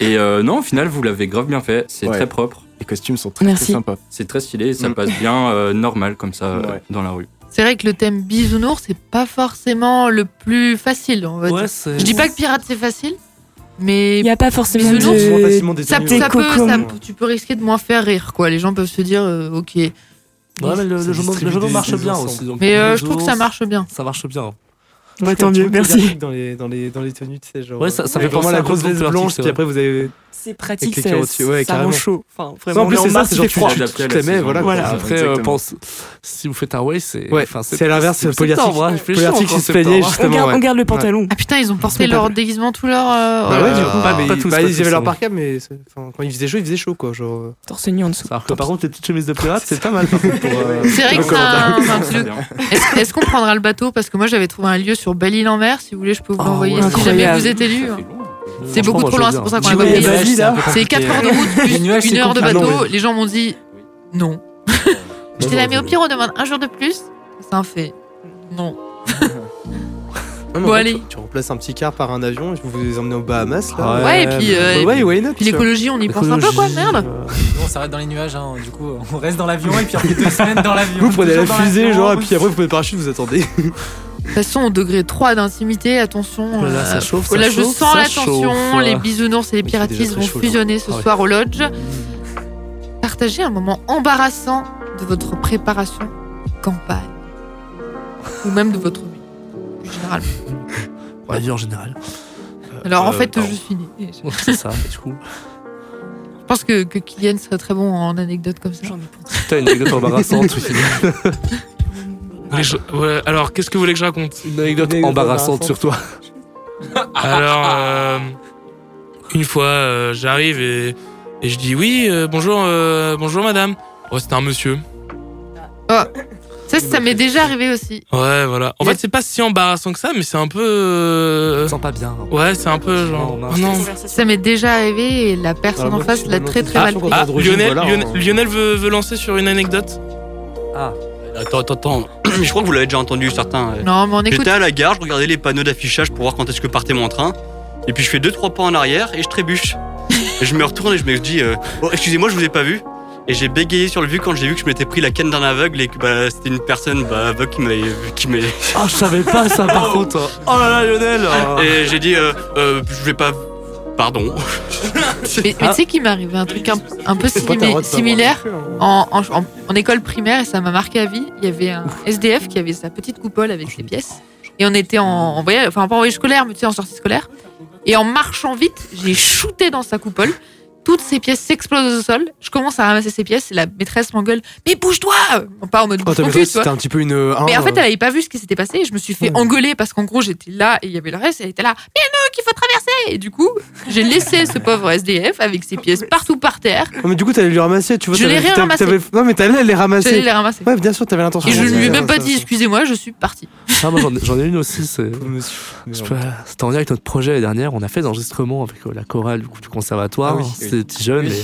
S6: Et euh, non, au final, vous l'avez grave bien fait. C'est
S8: Ouais.
S6: très propre.
S8: Les costumes sont très,
S5: Merci.
S8: très sympas.
S6: C'est très stylé et ça passe bien euh, normal comme ça euh,
S8: Ouais.
S6: dans la rue.
S4: C'est vrai que le thème bisounours, c'est pas forcément le plus facile, on va
S9: Ouais,
S4: dire.
S9: c'est-
S4: Je dis pas que pirate, c'est facile, mais.
S5: Il n'y a pas forcément
S4: Bisounours,
S5: de-
S9: Moins facilement des
S4: Ça,
S9: détenus.
S4: ça peut,
S5: cocons.
S4: ça peut- tu peux risquer de moins faire rire, quoi. Les gens peuvent se dire, euh, ok.
S9: Ouais, mais le, le jeu, le jeu marche bien aussi. donc
S4: Mais euh,
S9: les
S4: je trouve que
S9: ours,
S4: ça marche bien.
S9: Ça marche bien.
S5: Bah, tant mieux, merci.
S13: Dans les, dans, les, dans les tenues, tu sais, genre.
S9: Ouais, ça- ça
S13: euh,
S9: fait
S13: vraiment
S9: penser à
S13: la
S9: un
S13: grosse
S9: groupe
S13: veste
S9: de
S13: blanche,
S9: l'artiste,
S13: puis après vous avez.
S5: C'est
S13: avec
S5: pratique,
S13: les
S5: ça,
S13: carottes dessus, ouais,
S5: ça
S13: carrément.
S5: rend chaud. Enfin, vraiment,
S13: Ça, en plus,
S5: on est
S13: c'est ça,
S5: marche,
S13: c'est genre
S5: il fait
S13: tu
S5: froid.
S13: tu-
S6: adapté à
S13: tu te
S6: la
S13: la mets,
S6: saison.
S13: voilà.
S5: Voilà.
S13: quoi.
S9: Après, euh,
S13: Exactement.
S9: pense, si vous faites un way, c'est.
S13: Ouais,
S9: enfin,
S13: c'est à l'inverse,
S9: c'est
S13: Poliartic-
S9: septembre, hein, il fait chaud
S13: Poliartic
S9: encore
S13: qui
S9: en
S13: se peignait,
S9: septembre, hein.
S5: On
S13: justement.
S5: garde,
S13: ouais.
S5: on garde le pantalon.
S4: Ah putain, ils ont porté
S13: pas
S4: leur déguisement tout leur.
S13: Bah
S4: euh, oh
S13: ouais,
S4: là
S13: du
S4: là.
S13: coup,
S9: pas-
S13: mais
S9: pas
S13: ils-
S9: tous,
S13: bah,
S9: pas
S13: ils
S9: tous,
S13: avaient leur
S9: hein.
S13: parka, mais c'est- enfin, quand il faisait chaud, il faisait chaud, quoi. Genre. euh.
S5: Torse nu en dessous.
S9: Alors que par contre, les petites chemises de pirates, c'est pas mal. par contre, pour, euh,
S4: C'est vrai que
S9: le
S4: c'est un-
S9: commentaire.
S4: un truc- Est-ce est-ce qu'on prendra le bateau Parce que moi j'avais trouvé un lieu sur Belle-Île-en-Mer. Si vous voulez, je peux vous l'envoyer si jamais
S5: incroyable.
S4: vous êtes élu. hein. C'est
S9: Franchement,
S4: beaucoup
S9: moi,
S4: trop
S9: je
S4: loin,
S9: veux
S4: c'est pour ça qu'on
S9: bien.
S4: l'a pas
S13: Ouais,
S4: payé.
S13: bah, vas-y, là.
S4: C'est 4 heures de route, plus
S7: Les nuages,
S4: une
S7: c'est
S4: heure de
S7: compliqué.
S4: bateau.
S7: Ah non,
S4: Les gens m'ont dit non. J'étais là, mais au pire, on demande un jour de plus. C'est un fait.
S13: Non,
S4: Non.
S13: mais
S4: Bon,
S13: en fait,
S4: allez.
S13: Tu, tu remplaces un petit car par un avion et vous vous emmenez aux Bahamas,
S9: Ouais,
S13: là.
S4: Ouais, et puis, euh,
S13: Bah ouais, why not,
S4: puis
S13: ça.
S4: l'écologie, on y pense un peu, quoi, merde.
S9: euh.
S7: Nous, on s'arrête dans les nuages, hein. du coup, on reste dans l'avion et puis après deux semaines dans l'avion.
S13: Vous prenez la
S7: toujours dans
S13: fusée,
S7: l'avion.
S13: genre, et puis après vous prenez le parachute, vous attendez.
S4: Passons au degré 3 d'intimité, attention.
S9: Oh là là,
S4: euh,
S9: ça chauffe,
S4: oh là,
S9: ça
S4: je
S9: chauffe,
S4: sens
S9: ça
S4: la tension,
S9: chauffe.
S4: les bisounours et les
S9: Oui, c'est déjà
S4: piratistes
S9: très
S4: vont
S9: chaud, là.
S4: fusionner ce
S9: Ah ouais.
S4: soir au lodge. Partagez un moment embarrassant de votre préparation campagne. Ou même de votre nuit, plus généralement.
S9: La vie en général. Euh,
S4: Alors en
S9: euh,
S4: fait,
S9: pardon.
S4: je suis née. Je
S9: C'est ça, du coup.
S4: pense que, que Kylian serait très bon en anecdote comme ça.
S9: T'as une anecdote embarrassante, oui.
S10: Mais je- ouais, alors, qu'est-ce que vous voulez que je raconte
S9: Une anecdote embarrassante sur toi.
S10: Alors, euh, une fois, euh, j'arrive et, et je dis oui, euh, bonjour, euh, bonjour madame. Oh, c'était un monsieur.
S4: Ah, Ça, ça m'est déjà arrivé aussi.
S10: Ouais, voilà. En fait, c'est pas si embarrassant que ça, mais c'est un peu. euh,
S9: sens pas bien. hein.
S10: Ouais, c'est un peu genre.
S9: Non,
S10: Oh non.
S4: Ça m'est déjà arrivé et la personne
S9: Ah,
S4: en
S9: moi,
S4: face
S9: c'est
S4: l'a
S9: mon
S4: très très
S9: autre
S4: mal
S9: question.
S4: pris.
S10: Ah,
S9: Pas de régime,
S10: Lionel,
S9: voilà,
S10: Lionel,
S9: hein.
S10: Lionel veut, veut lancer sur une anecdote
S9: Ah,
S3: Attends, attends, attends. Je crois que vous l'avez déjà entendu, certains. euh.
S4: Non, mais on écoute.
S3: J'étais à la gare, je regardais les panneaux d'affichage pour voir quand est-ce que partait mon train. Et puis je fais deux trois pas en arrière et je trébuche. et je me retourne et je me dis euh, Oh, excusez-moi, je vous ai pas vu. Et j'ai bégayé sur le vu quand j'ai vu que je m'étais pris la canne d'un aveugle et que bah, c'était une personne bah, aveugle qui m'avait. Qui m'avait-
S9: Ah, je savais pas ça par contre. Oh là là, Lionel. euh.
S3: Et j'ai dit euh, Euh, Je vais pas. Pardon.
S4: Mais, mais tu sais qu'il m'est arrivé un truc un, un peu
S13: Pourquoi t'as le
S4: simi-
S13: droit de pas
S4: similaire
S13: avoir le feu, hein
S4: en, en- en- en école primaire et ça m'a marqué à vie. Il y avait un SDF qui avait sa petite coupole avec ses pièces et on était en, en voyage, enfin pas en voyage scolaire, mais tu sais en sortie scolaire. Et en marchant vite, j'ai shooté dans sa coupole. toutes ces pièces s'explosent au sol. Je commence à ramasser ces pièces et la maîtresse m'engueule. Mais bouge-toi Pas en mode
S13: Oh,
S4: bouge
S13: t'as
S4: ton
S13: vu,
S4: cul, tu vois.
S13: c'était un petit peu une. euh,
S4: Mais en
S13: hein,
S4: fait, elle avait pas vu ce qui s'était passé. et Je me suis fait engueuler parce qu'en gros, j'étais là et il y avait le reste. Et elle était là, mais non, qu'il faut traverser. Et du coup, j'ai laissé ce pauvre SDF avec ses pièces partout par terre.
S13: euh, oh, mais du coup, t'allais lui ramasser, tu vois.
S4: Je l'ai
S13: t'avais-
S4: rien
S13: t'avais-
S4: ramassé.
S13: t'avais- Non, mais t'allais les ramasser.
S4: J'allais les ramasser.
S13: Ouais, bien sûr, t'avais l'intention.
S4: Et je
S13: de
S4: ne lui ai
S13: ramasser,
S4: même pas
S13: ça.
S4: dit, excusez-moi, je suis partie.
S9: Ah, moi, j'en ai- j'en ai une aussi. c'est- Je sais pas, C'était en lien avec notre projet la dernière. On a fait des enregistrements avec euh, la chorale du, coup, du conservatoire.
S13: Ah oui.
S9: C'était des petits jeunes. et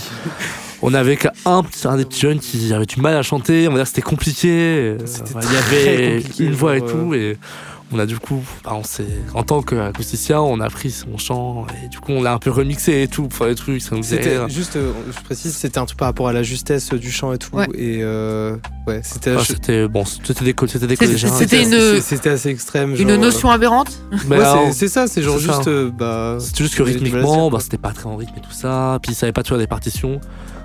S9: on avait qu'un petit- un des petits jeunes qui avait du mal à chanter. On va dire que c'était compliqué. Euh, Il y
S13: très
S9: avait
S13: compliqué,
S9: une voix et
S13: genre,
S9: tout. Et on a du coup, bah, on s'est- en tant qu'acousticien, on a pris son chant. Et du coup, on l'a un peu remixé et tout pour faire des trucs. Ça nous faisait
S13: C'était
S9: rire.
S13: juste, euh, je précise, c'était un truc par rapport à la justesse euh, du chant et tout. Et euh, ouais, c'était.
S9: Enfin,
S13: je-
S9: c'était bon, c'était des, co- c'était Ah, des
S13: C'était-
S9: collégiens.
S13: c'était
S9: et-
S13: une- C'est- c'était assez extrême,
S4: Une
S13: genre, euh,
S4: notion aberrante
S9: Bah,
S13: Ouais,
S9: alors,
S13: c'est- c'est ça, c'est genre
S9: ça. hein.
S13: juste, euh, bah,
S9: C'est juste que
S13: on avait du mal à
S9: rythmiquement,
S13: dire,
S9: bah, c'était pas très en rythme et tout ça. Puis il savait pas tuer des partitions.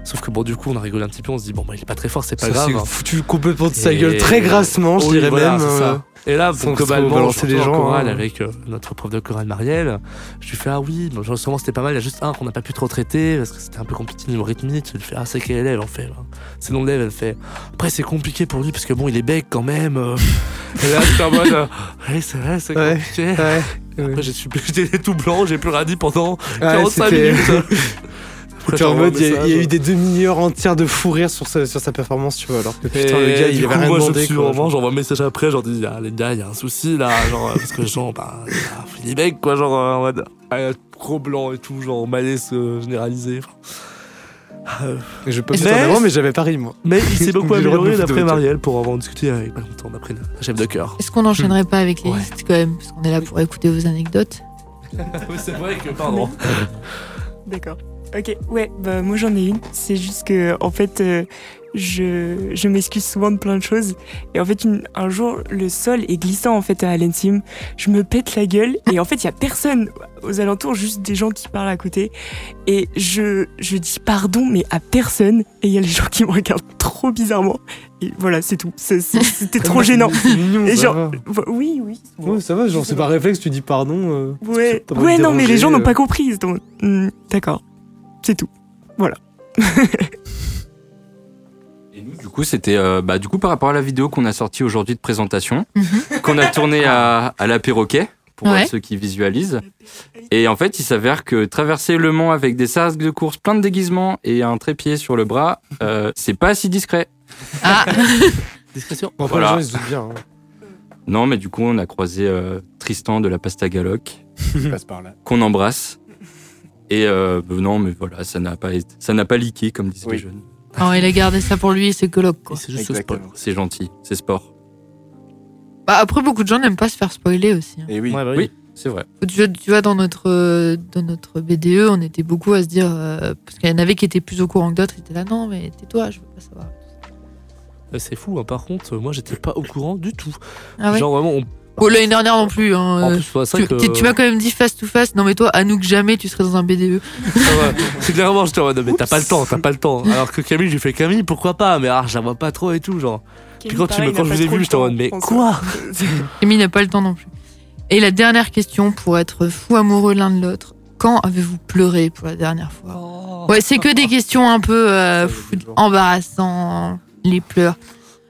S9: Sauf que bon, du coup, on a rigolé un petit peu. On se dit, bon, bah, il est pas très fort, c'est pas
S13: Ça
S9: grave.
S13: s'est foutu complètement de sa
S9: Et-
S13: gueule, très grassement, je
S9: Oui,
S13: dirais
S9: voilà,
S13: même.
S9: c'est
S13: euh,
S9: ça. Et là,
S13: sans
S9: bon,
S13: trop
S9: globalement,
S13: balancer
S9: je
S13: les
S9: les gens,
S13: gens.
S9: chorale
S13: hein.
S9: avec euh, notre prof de chorale Marielle. Je lui fais ah oui, bon, genre, sûrement c'était pas mal. Il y a juste un qu'on n'a pas pu trop traiter parce que c'était un peu compliqué niveau rythmique. Je lui fais ah c'est quel élève en fait. hein. C'est non élève elle fait. Après c'est compliqué pour lui parce que bon il est bec quand même. euh. Et là j'étais en mode euh, ouais c'est vrai c'est
S13: Ouais,
S9: compliqué.
S13: ouais,
S9: Après j'ai su- j'étais tout blanc, j'ai plus rien dit pendant
S13: Ouais,
S9: 45
S13: c'était-
S9: minutes.
S13: T'es
S9: Après,
S13: en
S9: j'envoie un
S13: mode, il y, a- il y a
S9: message.
S13: eu des demi-heures entières de fou rire sur sa, sur sa performance, tu vois. Alors que putain,
S9: Et
S13: le gars,
S9: du
S13: il
S9: coup,
S13: avait rien
S9: moi, je me
S13: demandé.
S9: suis
S13: quoi.
S9: vraiment, j'envoie un message après, genre, dis, ah, les gars, il y a un souci là, genre, euh, parce que, genre, bah, il y a un Filibec, quoi, genre, euh, en mode, ah, trop blanc et tout, genre, malaise euh, généralisé. enfin. Euh,
S13: Et je vais pas me mettre en avant, mais j'avais pas ri, moi.
S9: Mais il s'est beaucoup
S13: J'ai le droit de me
S9: amélioré
S13: foutre de
S9: d'après
S13: votre gueule.
S9: Marielle pour avoir discuté avec, pas longtemps, d'après la la chef de cœur.
S4: Est-ce qu'on n'enchaînerait pas avec les listes quand même Parce qu'on est là pour écouter vos anecdotes.
S9: Oui, c'est vrai que, pardon.
S5: D'accord. Ok, ouais, bah moi j'en ai une. C'est juste que, en fait, euh, je, je m'excuse souvent de plein de choses. Et en fait, une- un jour, le sol est glissant en fait à l'intime. Je me pète la gueule et en fait, il y a personne aux alentours, juste des gens qui parlent à côté. Et je, je dis pardon, mais à personne. Et il y a les gens qui me regardent trop bizarrement. Et voilà, c'est tout. C'est- c'est- C'était trop gênant.
S13: C'est mignon,
S5: et
S13: ça
S5: genre,
S13: va.
S5: oui, oui.
S13: Ouais, ça va, genre, c'est par réflexe, tu dis pardon. euh,
S5: Ouais,
S13: t'as pas
S5: ouais
S13: envie de
S5: non, mais les
S13: déranger,
S5: gens n'ont
S13: euh.
S5: pas compris. c'est donc- Hmm, D'accord, c'est tout. Voilà.
S6: Du coup, c'était euh, bah, du coup par rapport à la vidéo qu'on a sortie aujourd'hui de présentation, qu'on a tournée à, à la perroquet pour euh,
S4: Ouais.
S6: ceux qui visualisent. Et en fait, il s'avère que traverser le Mans avec des sardes de course, plein de déguisements et un trépied sur le bras, euh, c'est pas si discret.
S13: Discrétion. Bon, après,
S6: Voilà.
S13: les gens, ils se doutent bien. hein.
S6: Non, mais du coup, on a croisé euh, Tristan de la Pasta Galoc,
S11: passe par là.
S6: qu'on embrasse. Et euh, bah, non, mais voilà, ça n'a pas été- ça n'a pas liqué comme disent les jeunes.
S4: Alors, il a gardé ça pour lui et ses colocs. Quoi.
S6: C'est juste sport. C'est gentil, c'est sport.
S4: Bah, après, beaucoup de gens n'aiment pas se faire spoiler aussi. hein.
S6: Et oui,
S9: bah
S6: oui, c'est vrai.
S4: Tu, tu vois, dans notre, euh, dans notre BDE, on était beaucoup à se dire. euh, parce qu'il y en avait qui étaient plus au courant que d'autres, ils étaient là, non, mais tais-toi, je veux
S9: Ah,
S4: pas savoir.
S9: Euh, C'est fou, hein, par contre, euh, moi, j'étais pas au courant du tout.
S4: Ah ouais
S9: Genre, vraiment, on.
S4: Bon, l'année dernière non plus. hein,
S9: En
S4: euh,
S9: plus, ouais, c'est
S4: tu
S9: vrai que-
S4: tu- tu m'as quand même dit face to face. Non, mais toi, à nous que jamais, tu serais dans un E. BDE.
S9: Ah ouais. C'est clairement, j'étais en mode, mais t'as pas le temps, t'as pas le temps. Alors que Camille, j'ai fait Camille, pourquoi pas Mais ah, je la vois pas trop et tout, genre. Puis quand, tu me,
S4: pareil, n'a
S9: quand je
S4: pas
S9: vous ai
S4: trop
S9: vu,
S4: le
S9: j'étais en mode, mais
S4: pense.
S9: quoi
S4: Camille n'a pas le temps non plus. Et la dernière question pour être fou amoureux l'un de l'autre. Quand avez-vous pleuré pour la dernière fois Ouais, c'est que des questions un peu euh, fou- embarrassantes, les pleurs.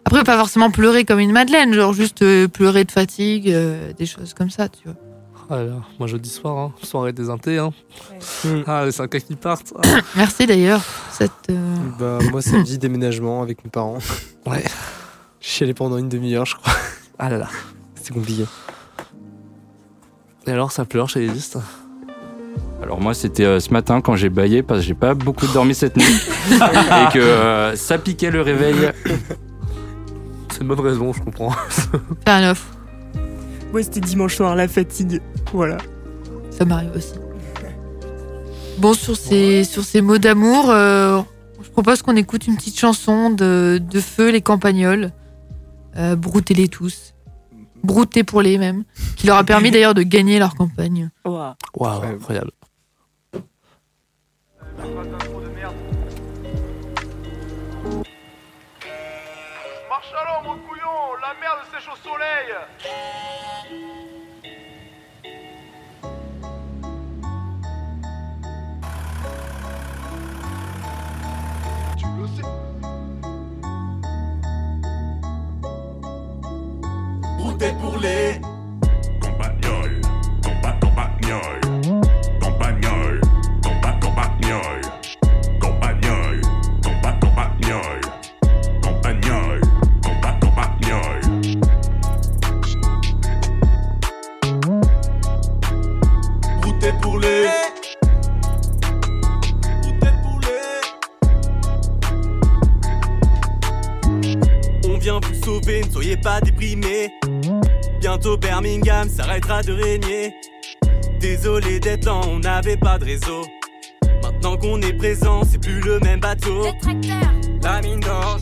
S4: Après, pas forcément pleurer comme une madeleine, genre juste euh, pleurer de fatigue, euh, des choses comme ça, tu vois.
S9: Ah là, moi jeudi soir, hein, soirée des intés. Hein. Ah, les 5 qui partent. Ah.
S4: Merci d'ailleurs pour cette. euh,
S13: Bah, moi, samedi, déménagement avec mes parents.
S9: Ouais.
S13: Chialé pendant une demi-heure, je crois.
S9: Ah là là.
S13: C'était compliqué.
S9: Et alors, ça pleure chez les listes
S6: Alors moi c'était euh, ce matin quand j'ai baillé parce que j'ai pas beaucoup dormi cette nuit et que euh, ça piquait le réveil.
S9: C'est une bonne raison, je comprends.
S4: Faire une offre,
S5: Ouais, c'était dimanche soir, la fatigue. Voilà.
S4: ça m'arrive aussi. Bon, sur ces, sur ces mots d'amour, euh, je propose qu'on écoute une petite chanson de, de Feu, les Campagnols. Euh, broutez-les tous. Broutez pour les mêmes. Qui leur a permis d'ailleurs de gagner leur campagne.
S5: Oh,
S9: Waouh, incroyable.
S15: Marche alors, mon couillon, la merde sèche au soleil.
S16: comptait pour les compagnoles, compa compagnoles, compagnoles, compa compagnoles, compagnoles, compa compagnoles, compagnoles, compa compagnoles. Brouté pour les Brouté pour les
S17: On vient vous sauver, ne soyez pas déprimés. Bientôt Birmingham s'arrêtera de régner. Désolé d'être lent, on n'avait pas de réseau. Maintenant qu'on est présent, c'est plus le même bateau.
S18: La mine d'orge,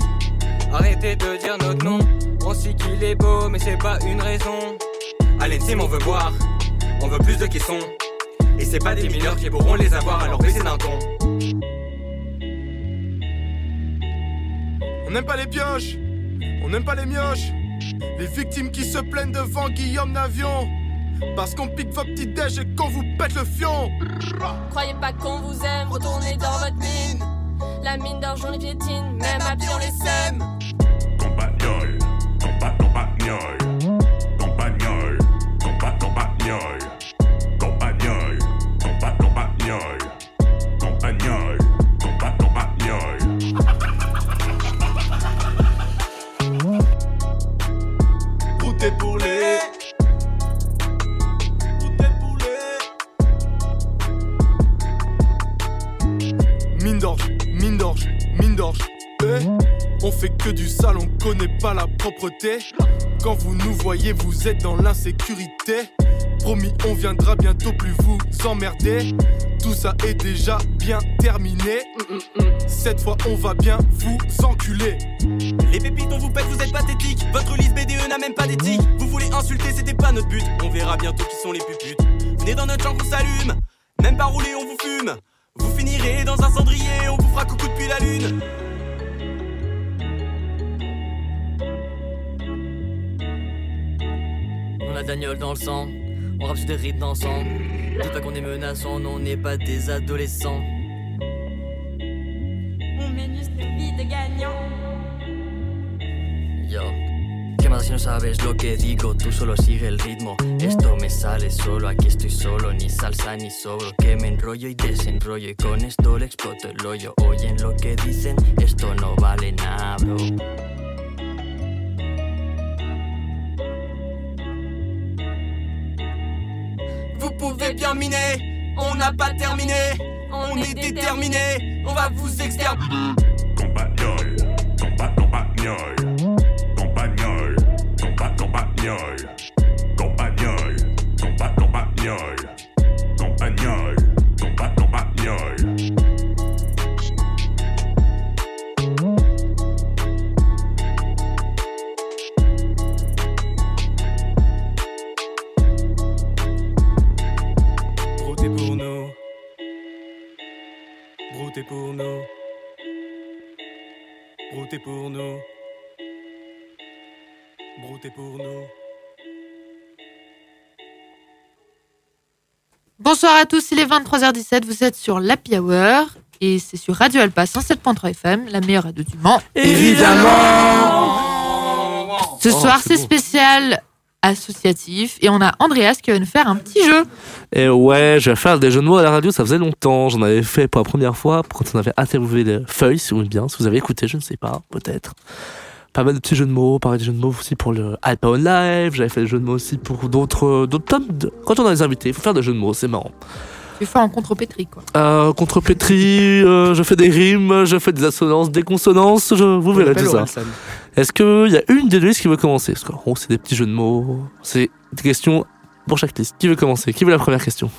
S18: arrêtez de dire notre nom. On sait qu'il est beau, mais c'est pas une raison.
S17: Allez, team, on veut boire, on veut plus de caissons. Et c'est pas des mineurs qui pourront les avoir, alors baisser d'un ton.
S16: On n'aime pas les pioches, on n'aime pas les mioches. Les victimes qui se plaignent devant Guillaume Navion. Parce qu'on pique vos petits déj et qu'on vous pète le fion.
S14: Croyez pas qu'on vous aime, retournez dans votre mine. La mine d'argent les piétine, même à pied on les sème.
S12: Compagnol, compa compagnol, compagnol, compa compagnol, compagnol, compa compagnol, compagnol, compa compagnol.
S16: Brouté pour les. Brouté pour les. Mine d'orge, mine d'orge, mine d'orge. Eh, on fait que du sale, on connaît pas la propreté. Quand vous nous voyez, vous êtes dans l'insécurité. Promis, on viendra bientôt plus vous emmerder. Tout ça est déjà bien terminé.
S17: Mm,
S16: Cette fois, on va bien vous enculer.
S17: Les pépites, on vous pète, vous êtes pathétiques. Votre liste BDE n'a même pas d'éthique. Vous voulez insulter, c'était pas notre but. On verra bientôt qui sont les puputes. Venez dans notre champ, on s'allume. Même pas rouler, on vous fume. Vous finirez dans un cendrier, on vous fera coucou depuis la lune.
S18: On a Daniel dans le sang, on rappe sur des rythmes dansants. Dites pas qu'on est menaçant, non, on n'est pas des adolescents.
S14: On mène juste une vie de gagnant.
S18: Yo. ¿Qué más si no sabes lo que digo? Tú solo sigue el ritmo. Esto me sale solo, aquí estoy solo, ni salsa ni sobro. Que me enrollo y desenrollo y con esto le exploto el hoyo. Oyen lo que dicen, esto no vale nada, bro.
S16: Vous pouvez bien miner, on n'a pas terminé. On est déterminé, on va vous exterminer.
S12: Compagnol, compa compagnol, compagnol, compa compagnol, compagnol, compa compagnol, compagnol, compa compagnol.
S17: Broutez pour nous. Broutez pour nous. Broutez pour nous. Broutez pour nous.
S4: Bonsoir à tous, il est 23h17, vous êtes sur l'Happy Hour et c'est sur Radio Alpa 107.3 FM, la meilleure radio du Mans. Ce soir, Oh, c'est spécial associatif et on a Andreas qui va nous faire un petit jeu.
S9: Et ouais, je vais faire des jeux de mots à la radio, ça faisait longtemps. J'en avais fait pour la première fois quand on avait interviewé les feuilles, ou bien, si vous avez écouté, je ne sais pas, peut-être. Pas mal de petits jeux de mots, pareil des jeux de mots aussi pour le Alpa On Live, j'avais fait des jeux de mots aussi pour d'autres d'autres tomes. de- Quand on a des invités, il faut faire des jeux de mots, c'est marrant.
S4: Tu fais en contre-pétri quoi.
S9: Euh, contre Pétri, euh, je fais des rimes, je fais des assonances, des consonances, je vous verrez
S10: appelle
S9: tout ça.
S10: Orelsan.
S9: Est-ce qu'il y a une des deux listes qui veut commencer Parce qu'en gros, c'est des petits jeux de mots, c'est des questions pour chaque liste. Qui veut commencer Qui veut la première question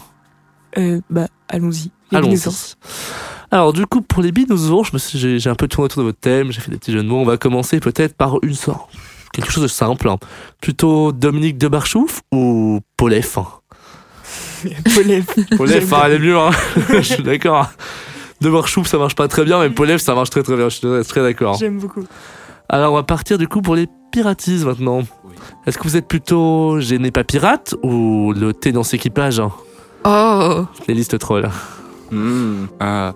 S5: Euh, bah, allons-y. Les
S9: Allons-y.
S5: dinosaures.
S9: Alors du coup, pour les binosaures, je me suis- j'ai j'ai un peu tourné autour de votre thème, j'ai fait des petits jeux de mots. On va commencer peut-être par une sorte, quelque chose de simple. hein. Plutôt Dominique de Barchouf ou Polef hein
S5: Polef.
S9: Polef, hein, elle est mieux, hein. je suis d'accord. De Barchouf, ça marche pas très bien, mais Polef, ça marche très très bien, je suis très, très d'accord.
S5: J'aime beaucoup.
S9: Alors on va partir du coup pour les piratises maintenant. Est-ce que vous êtes plutôt gêné pas pirate ou le thé dans ses équipages hein
S4: Oh
S9: Les listes trolls.
S6: Ah,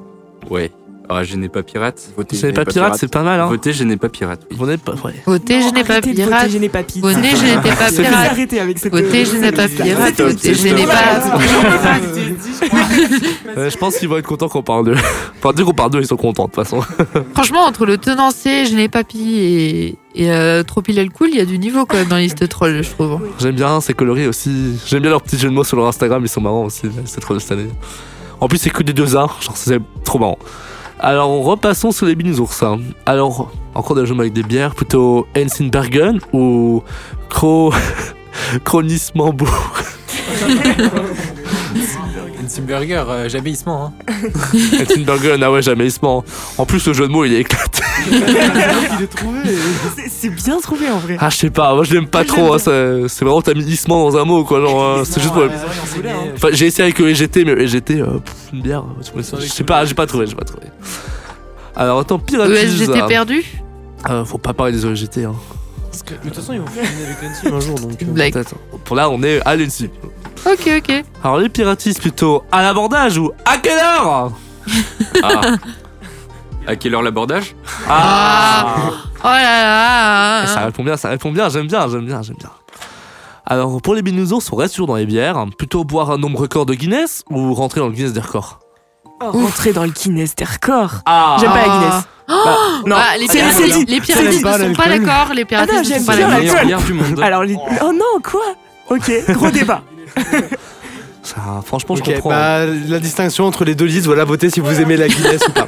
S6: ouais. Ah, je n'ai pas pirate. Votez,
S9: je n'ai pas pirate, c'est pas mal, hein.
S6: Votez, je n'ai pas pirate.
S9: Vous n'êtes pas, ouais.
S4: Votez, je n'ai pas
S5: arrêtez de
S4: pirate.
S5: voter, je n'ai pas pirate.
S4: Votez, je n'étais pas
S5: Sophie,
S4: pirate.
S5: arrêtez avec cette- euh,
S4: Votez, je n'ai pas
S5: cette-
S4: pirate.
S5: cette-
S4: Votez, je
S5: cette-
S4: n'ai pas.
S9: Euh, je pense qu'ils vont être contents qu'on parle d'eux. Enfin, dès qu'on parle d'eux, ils sont contents, de toute façon.
S4: Franchement, entre le tenancier, je n'ai pas pillé et, et euh, trop pile le cool, il y a du niveau quand même dans la liste troll, je trouve.
S9: J'aime bien, c'est coloré aussi. J'aime bien leurs petits jeux de mots sur leur Instagram, ils sont marrants aussi, c'est trop de cette année. En plus, c'est que des deux arts, genre c'est trop marrant. Alors, repassons sur les binousours. hein. Alors, encore des jeux avec des bières, plutôt Ensinbergen ou Cro... Cronismambourg.
S7: Une burger, euh, j'habillissement. Hein.
S9: Ensinbergen, ah ouais, jamais ils se ment. En plus, le jeu de mots, il est éclaté.
S5: C'est- C'est bien trouvé en vrai.
S9: Ah, je sais pas, moi je l'aime pas trop, hein, ça- c'est vraiment t'as mis hissement dans un mot, quoi, genre, euh, c'est juste pour... Enfin, j'ai essayé avec le EGT, mais le EGT, euh, pff, une bière, euh, tu vois, je sais pas, j'ai pas trouvé, j'ai pas trouvé. Alors, attends, Piratise...
S4: ESGT
S9: euh,
S4: perdu
S9: euh, Faut pas parler des EGT, hein.
S7: Mais de toute façon, ils vont finir avec l'NC un jour, donc.
S13: euh.
S9: Peut-être. Pour là, on est à l'UNSI.
S4: Ok, ok.
S9: Alors, les piratistes, plutôt à l'abordage ou à quelle heure
S6: Ah. À quelle heure l'abordage
S9: Ah
S4: Oh là là
S9: Ça répond bien, ça répond bien, j'aime bien, j'aime bien, j'aime bien. Alors, pour les binousours, on reste toujours dans les bières. Plutôt boire un nombre record de Guinness ou rentrer dans le Guinness des records
S5: Oh, Rentrer dans le Guinness des records.
S9: Ah. Bah,
S5: J'aime pas la Guinness.
S4: Oh
S5: Bah, non,
S4: Ah, les
S5: c'est-
S4: pirates-
S5: c'est dit.
S4: les pirates
S5: C'est dit.
S4: ne sont pas d'accord, les pirates
S5: Ah non,
S4: ne
S5: j'aime
S4: sont pas
S5: bien
S4: d'accord.
S5: l'alcool.
S9: bière du monde.
S5: Alors, les- oh non, quoi Ok, gros débat.
S9: Ça, franchement,
S13: Ok,
S9: je comprends.
S13: bah, la distinction entre les deux listes, voilà, votez si vous aimez la Guinness ou pas.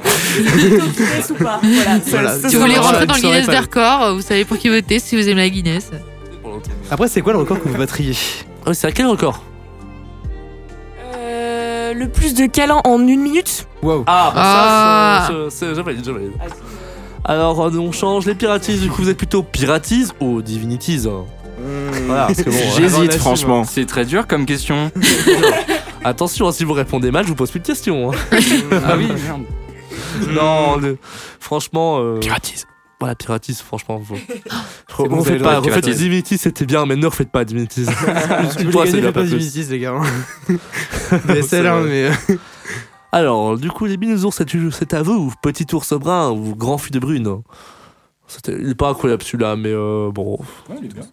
S5: Guinness ou pas Voilà. ça-
S13: Voilà.
S5: ça-
S4: Si vous voulez rentrer
S13: Ça,
S4: dans le
S13: ça aurait
S4: Guinness
S13: fallu.
S4: des records, vous savez pour qui voter si vous aimez la Guinness.
S13: Après, c'est quoi le record que vous battriez
S9: Ah, c'est à quel record
S5: Euh, le plus de câlins en une minute
S13: Waouh.
S9: Ah,
S4: Ah.
S9: bah ça, c'est- c'est- je valide, je valide. Alors, euh, on change les piratises, du coup, vous êtes plutôt piratises ou divinities hein Voilà, parce que bon, hein.
S8: J'hésite,
S9: alors là,
S8: franchement.
S6: C'est très dur comme question.
S9: Attention, hein, si vous répondez mal, je vous pose plus de questions. hein.
S6: ah oui, merde.
S9: non, le- franchement. Piratise. Voilà, piratise, franchement. Vous...
S13: bon, vous avez
S9: refaites
S13: le
S9: pas,
S13: droit de
S9: refaites les
S13: piratiser.
S9: divinities, c'était bien, mais ne refaites pas divinities.
S13: Si vous
S9: Toi,
S13: voulez
S9: c'est
S13: gagner,
S9: bien,
S13: faites pas
S9: pas plus.
S13: Divinities, les gars. DSL, hein,
S9: vrai.
S13: mais.
S9: Alors, du coup, les binousours, c'est, c'est à vous, ou petit ours brun, ou grand fût de brune C'était, Il est pas incroyable celui-là, mais euh, bon.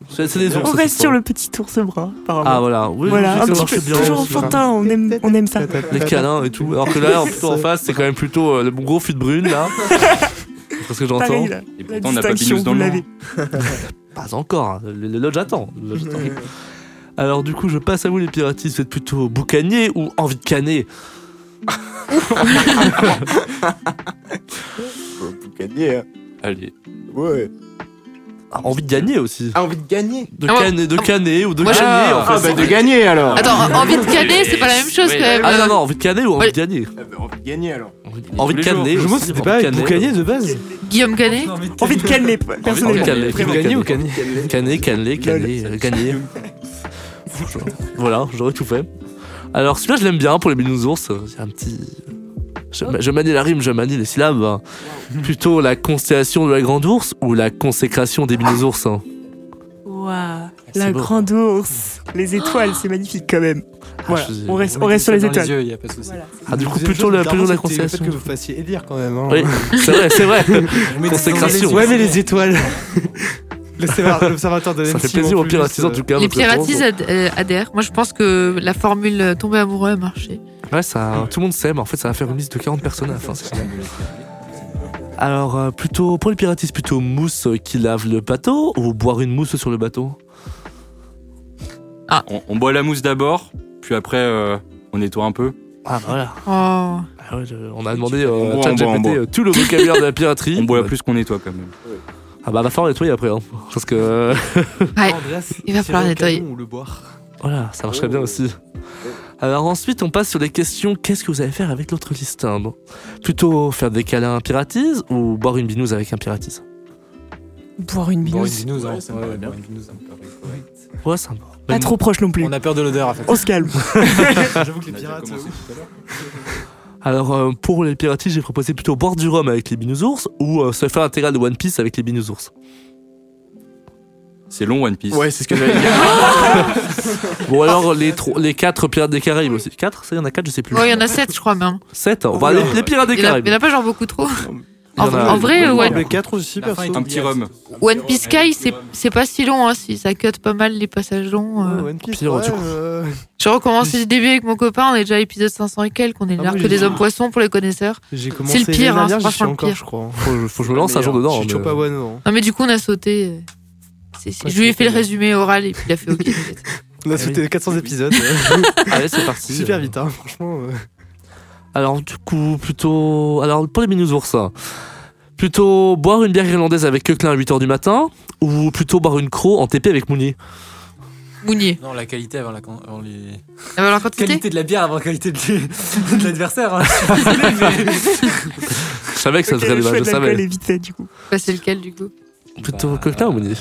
S9: c'est, c'est des ours.
S5: On
S9: cette
S5: reste
S9: fois.
S5: sur le petit ours brun, apparemment.
S9: Ah voilà, oui,
S5: voilà,
S9: oui,
S5: un
S9: ça
S5: petit
S9: marche
S5: peu
S9: bien,
S5: toujours
S9: ça.
S5: enfantin, on aime, on aime ça.
S9: Les câlins et tout. Alors que là, plutôt en face, c'est quand même plutôt euh, le bon gros fût de brune, là. C'est ce que j'entends.
S5: Pareil, là.
S6: Et
S5: La
S6: pourtant, on n'a pas
S5: distinction,
S6: Binous dans
S5: vous
S6: le
S5: l'avez.
S6: monde.
S9: Pas encore, hein. le, le- le- j'attends. le- j'attends. Alors du coup, je passe à vous les piratistes. Vous êtes plutôt boucanier ou envie de canner
S8: Pour gagner, hein.
S6: Allez.
S8: Ouais.
S9: Ah, Envie de gagner aussi.
S13: Ah, envie de gagner
S9: De,
S4: Ah bon
S9: canner, de canner ou de
S4: Moi, je-
S9: gagner en
S8: Ah,
S9: fait.
S8: bah de gagner alors
S4: Attends, envie de canner, c'est pas la même chose quand même.
S9: Ah non, non, envie de canner ou envie
S4: Ouais.
S9: de gagner
S8: Envie de gagner alors
S9: Envie de canner.
S13: Je me demande si
S9: aussi,
S13: c'était
S9: envie
S13: pas
S9: de
S13: avec
S9: canner.
S13: Boucanier de base.
S4: Guillaume Canet
S5: Envie de canner,
S9: Envie de
S5: personnellement.
S9: canner.
S13: Vous gagnez ou Canet
S9: Canner, canner, canner, euh, gagner. Voilà, j'aurais tout fait. Alors celui-là, je l'aime bien pour les binousours. euh, C'est un petit. Je, je manie la rime, je manie les syllabes. hein. Plutôt la constellation de la grande ours ou la consécration des binousours hein.
S5: Waouh,
S9: C'est
S5: la
S9: beau.
S5: grande ours, les étoiles, c'est magnifique quand même. Voilà,
S9: je-
S5: on reste,
S7: On
S5: on
S7: met
S5: reste sur
S7: ça
S5: les
S7: dans
S5: étoiles.
S7: yeux, y a pas de souci.
S9: Ah, du coup,
S13: Deuxième
S9: plutôt
S13: chose,
S9: la, plutôt
S13: bizarrement, c'était
S9: la
S13: le fait
S9: constellation.
S13: que vous fassiez élire quand même. hein.
S9: Oui, c'est vrai, c'est vrai. Consécration.
S13: Ouais, mais les étoiles. L'observa- L'observateur de
S9: Ça
S13: l'MCM
S9: fait
S13: en
S9: plaisir aux
S13: plus, euh,
S9: piratistes en tout cas.
S4: Les
S9: parce que pour-
S4: piratistes ad- euh, adhèrent. Moi, je pense que la formule euh, tomber amoureux a marché.
S9: Ouais, ça, tout le monde s'aime. En fait, ça va faire une liste de 40 personnes à la fin. c'est génial. Alors, euh, plutôt pour les piratistes, plutôt mousse euh, qui lave le bateau ou boire une mousse sur le bateau
S6: hein.
S9: Ah.
S6: On, on boit la mousse d'abord, puis après, euh, on nettoie un peu.
S9: Ah bah voilà.
S4: Oh.
S9: Ah ouais, je- on a demandé
S6: On
S9: euh,
S6: boit,
S9: à
S6: on boit, on
S9: ChatGPT
S6: boit.
S9: euh, tout le vocabulaire de la piraterie.
S6: On boit
S9: Bah,
S6: plus qu'on nettoie quand même.
S9: Ah bah va falloir nettoyer après, hein, parce que euh,
S4: Ouais,
S13: Oh, Andreas,
S4: il va
S13: tirer
S4: falloir
S13: au
S4: nettoyer.
S13: canon ou le boire.
S9: voilà, ça marcherait bien aussi. Alors ensuite, on passe sur les questions. Qu'est-ce que vous allez faire avec l'autre liste hein, bon. Plutôt faire des câlins à un piratise ou boire une binouse avec un piratise
S5: Boire une
S7: Bon, une
S5: binouze.
S7: binouze, hein,
S13: Ouais, ça me
S7: ouais,
S13: paraît bien.
S7: bon, une binouze, ça me paraît correct.
S9: Ouais, sympa.
S5: Pas trop proche non plus.
S7: On a peur de l'odeur en fait.
S5: On se calme.
S13: J'avoue que les pirates.
S9: Alors euh, pour les piratises, j'ai proposé plutôt boire du rhum avec les binousours ou euh, se faire l'intégrale de One Piece avec les binousours.
S6: C'est long One Piece.
S9: Ouais, c'est ce que j'allais
S4: Ah.
S5: Ah.
S9: Bon, alors les, tro- les quatre Pirates des Caraïbes aussi. Quatre Ça, il y en a quatre, je sais plus.
S4: Ouais, il y en a 7, je crois même.
S9: 7 Enfin, Bah, les, les Pirates des
S4: Il y en a-
S9: Caraïbes.
S4: Il n'y en a pas genre beaucoup trop.
S9: Il y
S4: En,
S9: en a-
S4: en vrai,
S9: il y en a
S4: One,
S9: pas.
S13: aussi,
S6: perso. Un petit rhum.
S4: One Piece Sky, c'est- c'est pas si long, hein, si ça cut pas mal les passages longs. euh.
S9: Pire, tu-
S4: Je recommence le début avec mon copain, on est déjà à l'épisode 500 et quelques, on est l'arc
S13: moi, j'ai-
S4: des hommes poissons pour les connaisseurs.
S13: J'ai commencé
S4: C'est le pire,
S13: l'année
S4: hein,
S13: dernière,
S4: c'est
S13: j'y suis
S4: franchement le
S13: encore,
S4: pire.
S13: je crois.
S9: Faut, faut que je me lance un jour
S13: Merde,
S9: dedans.
S13: Je suis toujours
S9: mais-
S13: pas abonné, non.
S4: Non mais du coup on a sauté. euh, c'est- c'est- Je lui ai fait le résumé oral et puis il a fait ok. peut-être.
S13: On a sauté 400 épisodes. Ah
S9: Allez, c'est parti.
S13: Super vite, hein, franchement. euh.
S9: Alors, du coup, plutôt. Alors, pour les mini-ours, hein, plutôt boire une bière irlandaise avec Keuklin à 8h du matin ou plutôt boire une croc en TP avec Mouni
S4: Mounier.
S7: Non, la qualité avant, la, quan- avant les.
S4: Avant la quantité
S7: Qualité de la bière avant la qualité de l'é- de l'adversaire. hein.
S9: Je savais que ça serait débat, je savais.
S5: du coup.
S4: Bah, c'est lequel du coup
S9: Plutôt Coquelin ou Mouni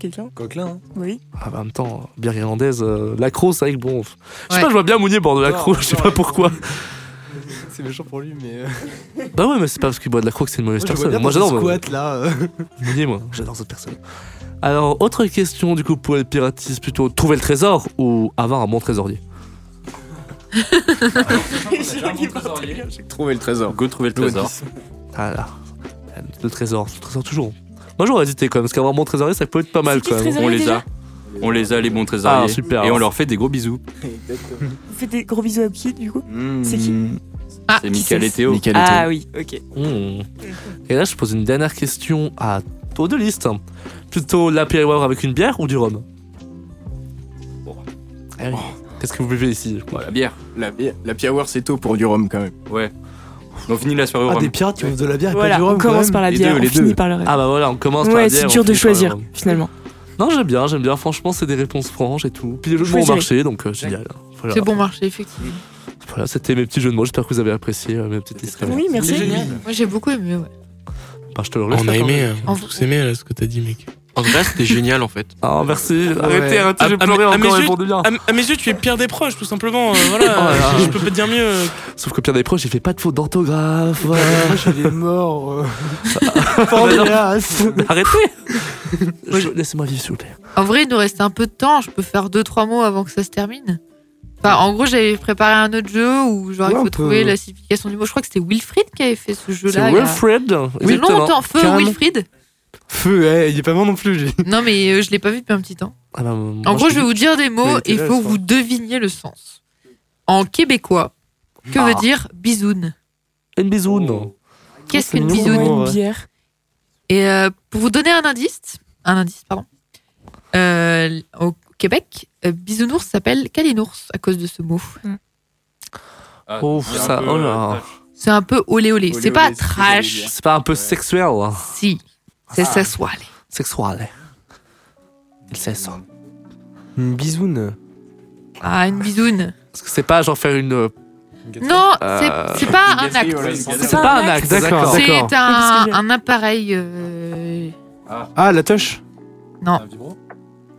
S5: Quelqu'un
S7: Coquelin, hein.
S5: Oui.
S9: Bah, ah, bah, En même temps, bière irlandaise, euh, la croc, c'est vrai que bon. Je sais
S4: Ouais.
S9: pas, je vois bien Mounier boire de la
S13: Non,
S9: croc, je sais
S13: non,
S9: pas pourquoi.
S13: C'est méchant pour lui, mais. euh,
S9: Bah ouais, mais c'est pas parce qu'il boit de la croc que c'est une mauvaise
S13: Moi, je le vois bien
S9: personne. Moi
S13: dans
S9: j'adore.
S13: le
S9: moi.
S13: squat, là. euh.
S9: Mounier, moi, j'adore cette personne. Alors, autre question du coup pour les piratistes plutôt trouver le trésor ou avoir un bon trésorier
S4: Ah.
S8: Trouver le trésor.
S6: Go trouver le trésor.
S9: Ah là. Le trésor, le trésor toujours. Moi j'aurais hésité quand même, parce qu'avoir mon trésorier ça peut être pas mal
S5: qui
S9: quand
S5: le
S9: même.
S5: trésorier, On les a. déjà
S6: On les a, les bons trésoriers.
S9: Ah, super.
S6: Et on leur fait des gros bisous.
S5: Vous faites des gros bisous à qui du coup C'est qui
S4: Ah,
S6: C'est Michael et Théo.
S5: Ah oui, ok.
S9: Mmh. Et là je pose une dernière question à aux deux listes. Plutôt l'apéritif avec une bière ou du rhum
S13: Oh.
S9: Eh oui. Qu'est-ce que vous buvez ici je crois
S6: La bière.
S8: La, bière- la Piaware, c'est tôt pour du rhum quand même.
S6: Ouais. On finit la soirée au
S13: Ah,
S6: rhum.
S13: des pirates qui ouvrent de la bière et
S5: Voilà,
S13: pas du rhum.
S5: on commence
S13: quand
S5: par la
S13: même.
S5: bière, on finit par le reste.
S9: Ah bah voilà, on commence par la
S5: ouais,
S9: bière.
S5: c'est
S9: on
S5: dur de
S9: finit par le
S5: choisir
S9: rhum.
S5: finalement.
S9: Non j'aime bien, j'aime bien. Franchement c'est des réponses franches et tout. Puis les jeux de mots ont
S5: Choisirez.
S9: marché donc euh, génial. Voilà.
S4: C'est bon marché effectivement.
S9: Voilà, c'était mes petits jeux de mots. J'espère que vous avez apprécié euh, mes petites listes.
S5: Oui, merci.
S4: Moi j'ai beaucoup aimé. Ouais.
S9: Bah, je te le
S10: On a
S9: relaisse,
S10: aimé, euh,
S9: attends.
S10: on a tous aimé là, ce que t'as dit, mec.
S19: En tout cas, c'était génial en fait.
S9: Ah, merci.
S10: Ouais.
S9: Arrêtez, arrêtez,
S10: À-
S9: j'ai
S10: à
S9: pleuré
S10: mes- à mes
S9: encore
S10: yeux-
S9: et pour de bien.
S10: À, à mes yeux, tu es pire des proches, tout simplement. euh, voilà,
S9: Oh là là.
S10: je, je peux pas te dire mieux.
S9: Sauf que Pierre Desproges, j'ai fait pas de faute d'orthographe. voilà.
S13: Moi, j'avais mort. euh. Formidas.
S9: Arrêtez Je- Laissez-moi vivre, s'il vous plaît.
S4: En vrai, il nous reste un peu de temps, je peux faire deux trois mots avant que ça se termine. Enfin, en gros, j'avais préparé un autre jeu où genre il
S9: Ouais, on
S4: faut
S9: peut-
S4: trouver la signification du mot. Je crois que c'était Wilfried qui avait fait ce jeu-là.
S9: C'est
S4: il y a-
S9: Wilfred.
S4: Il y a
S9: exactement.
S4: longtemps, feu
S9: Carrément.
S4: Wilfried.
S13: Feu, eh, il est pas mort non plus, lui.
S4: Non, mais euh, je l'ai pas vu depuis un petit temps.
S9: Ah bah, moi,
S4: en gros, je vais
S9: dis-
S4: vous dire des mots
S9: Mais
S4: et
S9: t'es
S4: il
S9: là,
S4: faut
S9: ça.
S4: vous deviniez le sens. En québécois, que
S9: Ah.
S4: veut dire bisoune
S9: Une bisoune.
S4: Qu'est-ce
S9: C'est
S4: qu'une
S9: mignon,
S4: bisoune
S9: ouais.
S5: Une bière.
S4: Et euh, pour vous donner un indice, un indice, pardon, euh, au Québec, euh, bisounours s'appelle calinours à cause de ce mot.
S5: Mm.
S4: Ah,
S9: Oh,
S6: c'est un
S9: ça,
S6: peu,
S9: oh
S6: euh,
S9: là.
S4: C'est un peu olé olé. C'est pas trash.
S9: C'est pas un peu sexuel. hein.
S4: Si. C'est
S9: Ah.
S4: sexual.
S9: Sexuel. Il sait ça.
S13: Une bisoune.
S4: Ah, une bisoune.
S9: Parce que c'est pas genre faire une.
S4: Non,
S9: Euh,
S4: c'est c'est pas
S9: une
S4: un acte.
S9: C'est pas un acte, Ah, d'accord. d'accord.
S4: C'est un, un appareil. euh,
S13: Ah, la toche.
S4: Non.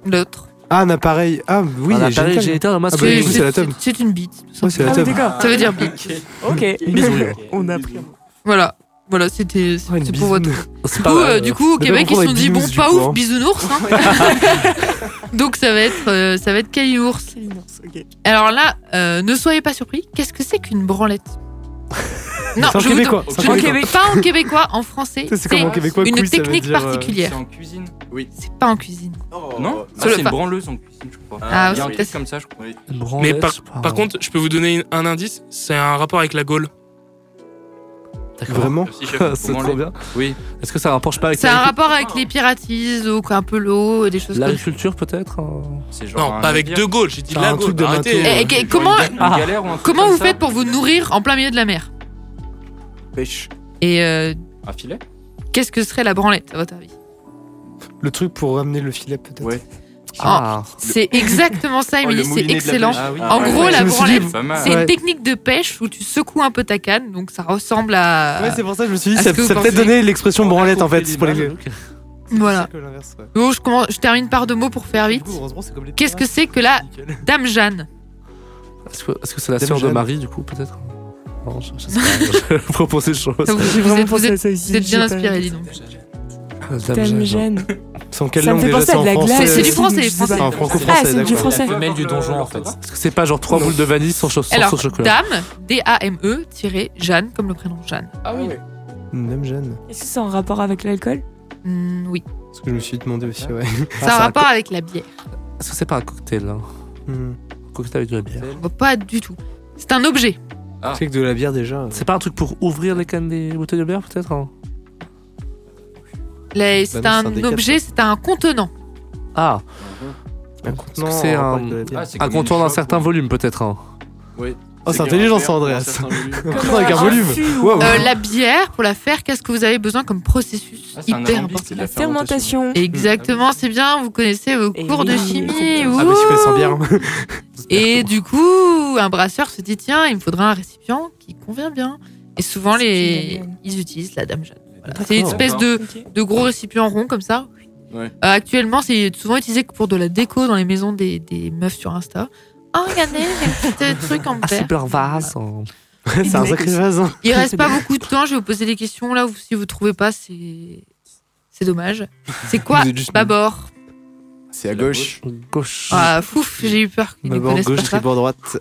S4: L'autre.
S13: Ah, un appareil. Ah, oui,
S9: Un
S13: les
S9: appareil
S13: génitales.
S9: génital, un
S13: Ah, bah, du
S9: masque.
S13: coup, c'est la
S4: C'est
S13: table.
S4: c'est une bite.
S13: Ouais, c'est la
S5: Ah, oui,
S13: table.
S5: d'accord.
S4: Ça veut dire bite.
S5: Ok.
S9: Bisounours.
S5: On a pris.
S4: Voilà. Voilà, c'était c'est c'est pour votre.
S9: C'est
S4: Du
S9: pas
S4: coup,
S9: mal.
S4: euh, du coup, au
S9: Mais
S4: Québec,
S9: pas
S4: ils se
S9: pour
S4: sont
S9: les
S4: dit bon,
S9: binous, du
S4: pas
S9: coup,
S4: ouf,
S9: hein.
S4: bisounours. hein. Donc ça va être, euh, ça va être calinours.
S5: ok.
S4: Alors là, euh, ne soyez pas surpris. Qu'est-ce que c'est qu'une branlette Non,
S13: C'est en
S4: je vous
S13: québécois,
S4: donne-
S13: c'est
S4: je
S13: en
S4: vous-
S13: québécois.
S4: pas en québécois, en français.
S13: Ça, c'est comme en québécois,
S4: une
S13: couille, ça veut
S4: technique
S13: dire, euh,
S4: particulière.
S6: C'est en cuisine
S8: Oui.
S4: C'est pas en cuisine.
S6: Non Ah,
S4: Sur le
S6: C'est une
S4: fa-
S6: branleuse en cuisine, je crois.
S4: Ah,
S6: Il y a
S4: c'est
S6: un
S4: peut-être-
S6: truc comme ça, je crois.
S10: Mais par, par contre, je peux vous donner une- un indice c'est un rapport avec la Gaule.
S13: Vraiment
S6: Merci, chef.
S9: C'est
S6: Vous
S9: trop
S6: branlez
S9: bien.
S6: Oui.
S9: Est-ce que ça rapproche pas avec
S4: C'est un
S9: l'agriculture
S4: rapport avec les piratises ou un peu l'eau, des choses comme ça.
S9: L'agriculture peut-être euh
S6: C'est genre
S10: Non,
S6: un
S10: pas avec
S6: navire.
S10: De Gaulle, j'ai dit
S6: C'est
S10: la
S6: un truc
S10: Gaule.
S6: de
S10: Arrêtez.
S6: bateau.
S4: Et- et-
S6: Genre
S4: Eh, comment-
S6: une
S9: Ah.
S6: ga- une galère ou un truc
S4: Comment
S6: comme
S4: vous
S6: ça
S4: faites pour vous nourrir en plein milieu de la mer
S8: Pêche.
S4: Et euh,
S6: Un filet
S4: qu'est-ce que serait la branlette, à votre avis
S13: Le truc pour ramener le filet, peut-être.
S8: Ouais.
S4: Ah. C'est exactement ça,
S13: Oh, le
S4: Émilie, c'est
S13: moulinet de la
S4: excellent.
S13: pêche. Ah oui.
S4: En
S13: Ah ouais.
S4: gros, la
S13: Je me suis dit,
S4: branlette,
S13: pas mal.
S4: c'est une
S13: Ouais.
S4: technique de pêche où tu secoues un peu ta canne, donc ça ressemble à.
S13: Ouais, c'est pour ça que je me suis dit,
S4: à ce
S13: ça,
S4: euh, que vous
S13: ça peut-être
S4: pensez.
S13: donner l'expression branlette en fait. c'est Pour les...
S4: Voilà.
S13: que l'inverse, ouais.
S4: Bon, je, commence- je termine par deux mots pour faire vite.
S13: heureusement, c'est comme les
S4: Qu'est-ce que c'est que la Dame Jeanne
S9: Est-ce que est-ce que c'est la
S13: Dame
S9: sœur de
S13: Jeanne.
S9: Marie du coup peut-être Non, je, je sais pas. Je vais proposer des choses.
S4: Ça vous-
S5: J'ai
S4: vous
S5: vraiment
S4: êtes- vous
S5: pensé à
S4: êtes
S5: ça aussi.
S4: vous êtes bien
S5: j'ai pas-
S4: inspiré, dis donc.
S9: Dame
S5: Dame
S9: Jeanne.
S5: Jeanne.
S13: C'est en quelle
S5: Ça me
S13: langue
S5: fait
S13: déjà
S5: penser à
S13: en
S5: de la
S13: français,
S5: glace.
S13: euh,
S5: C'est du français,
S13: je sais
S5: français.
S13: pas. en franco-français.
S5: Ah, c'est du
S13: d'accord.
S5: français. La
S20: femelle du donjon, en fait.
S9: Parce que c'est pas genre trois boules de vanille sans, cho- sans
S4: Alors,
S9: sauce chocolat.
S4: dame, D-A-M-E, E, tiré, Jeanne, comme le prénom Jeanne.
S5: Ah oui.
S13: Même Jeanne.
S5: Est-ce que c'est en rapport avec l'alcool
S4: Hmm, oui.
S13: Ce que je me suis demandé aussi, ouais.
S4: Ça a un rapport avec la bière.
S9: Est-ce que c'est pas un cocktail hein
S13: Hmm.
S9: Un Cocktail avec de la bière.
S4: Bon, Pas du tout. C'est un objet.
S13: Tu sais que de la bière déjà. euh.
S9: C'est pas un truc pour ouvrir les cannes des bouteilles de bière peut-être hein
S13: Bah
S4: Les- C'est
S9: non, c'est un
S4: un,
S9: décap,
S4: objet, c'est un contenant.
S9: Ah Est-ce
S13: Non,
S9: que c'est
S13: on va
S9: un,
S13: parler de la bière.
S9: un
S13: Ah, c'est comme une
S9: contour d'un
S13: chope,
S9: certain volume peut-être hein
S13: Oui. Oh, c'est intelligent ça, Andreas. Encore Ah, avec un volume. Waouh.
S4: Euh, la bière, pour la faire, qu'est-ce que vous avez besoin comme processus
S13: Ah, c'est un
S4: hyper
S13: alambic,
S4: important
S13: c'est de la La fermentation. fermentation.
S4: Exactement, c'est bien, vous connaissez vos cours de chimie.
S13: Ah, mais je connais sans
S4: ouh.
S13: bière.
S4: Et du coup, un brasseur se dit tiens, il me faudra un récipient qui convient bien. Et souvent, les... ils utilisent la dame Jeanne. Voilà. C'est une
S14: D'accord.
S4: espèce de,
S14: Ok.
S4: de gros récipient rond comme ça.
S14: Ouais.
S4: Euh, actuellement, c'est souvent utilisé que pour de la déco dans les maisons des, des meufs sur Insta. Ah, regardez, j'ai un petit euh, truc en
S9: Ah,
S4: verre.
S9: super vase. hein.
S13: C'est un sacré vase. hein.
S4: Il reste pas beaucoup de temps, je vais vous poser des questions là où si vous trouvez pas, c'est c'est dommage. C'est quoi
S9: Vous êtes juste
S4: bâbord
S8: C'est à gauche.
S9: Gauche.
S4: Ah fouf, j'ai eu peur qu'ils ne
S13: Bâbord
S4: connaissent
S13: gauche,
S4: pas ça.
S13: tribord droite.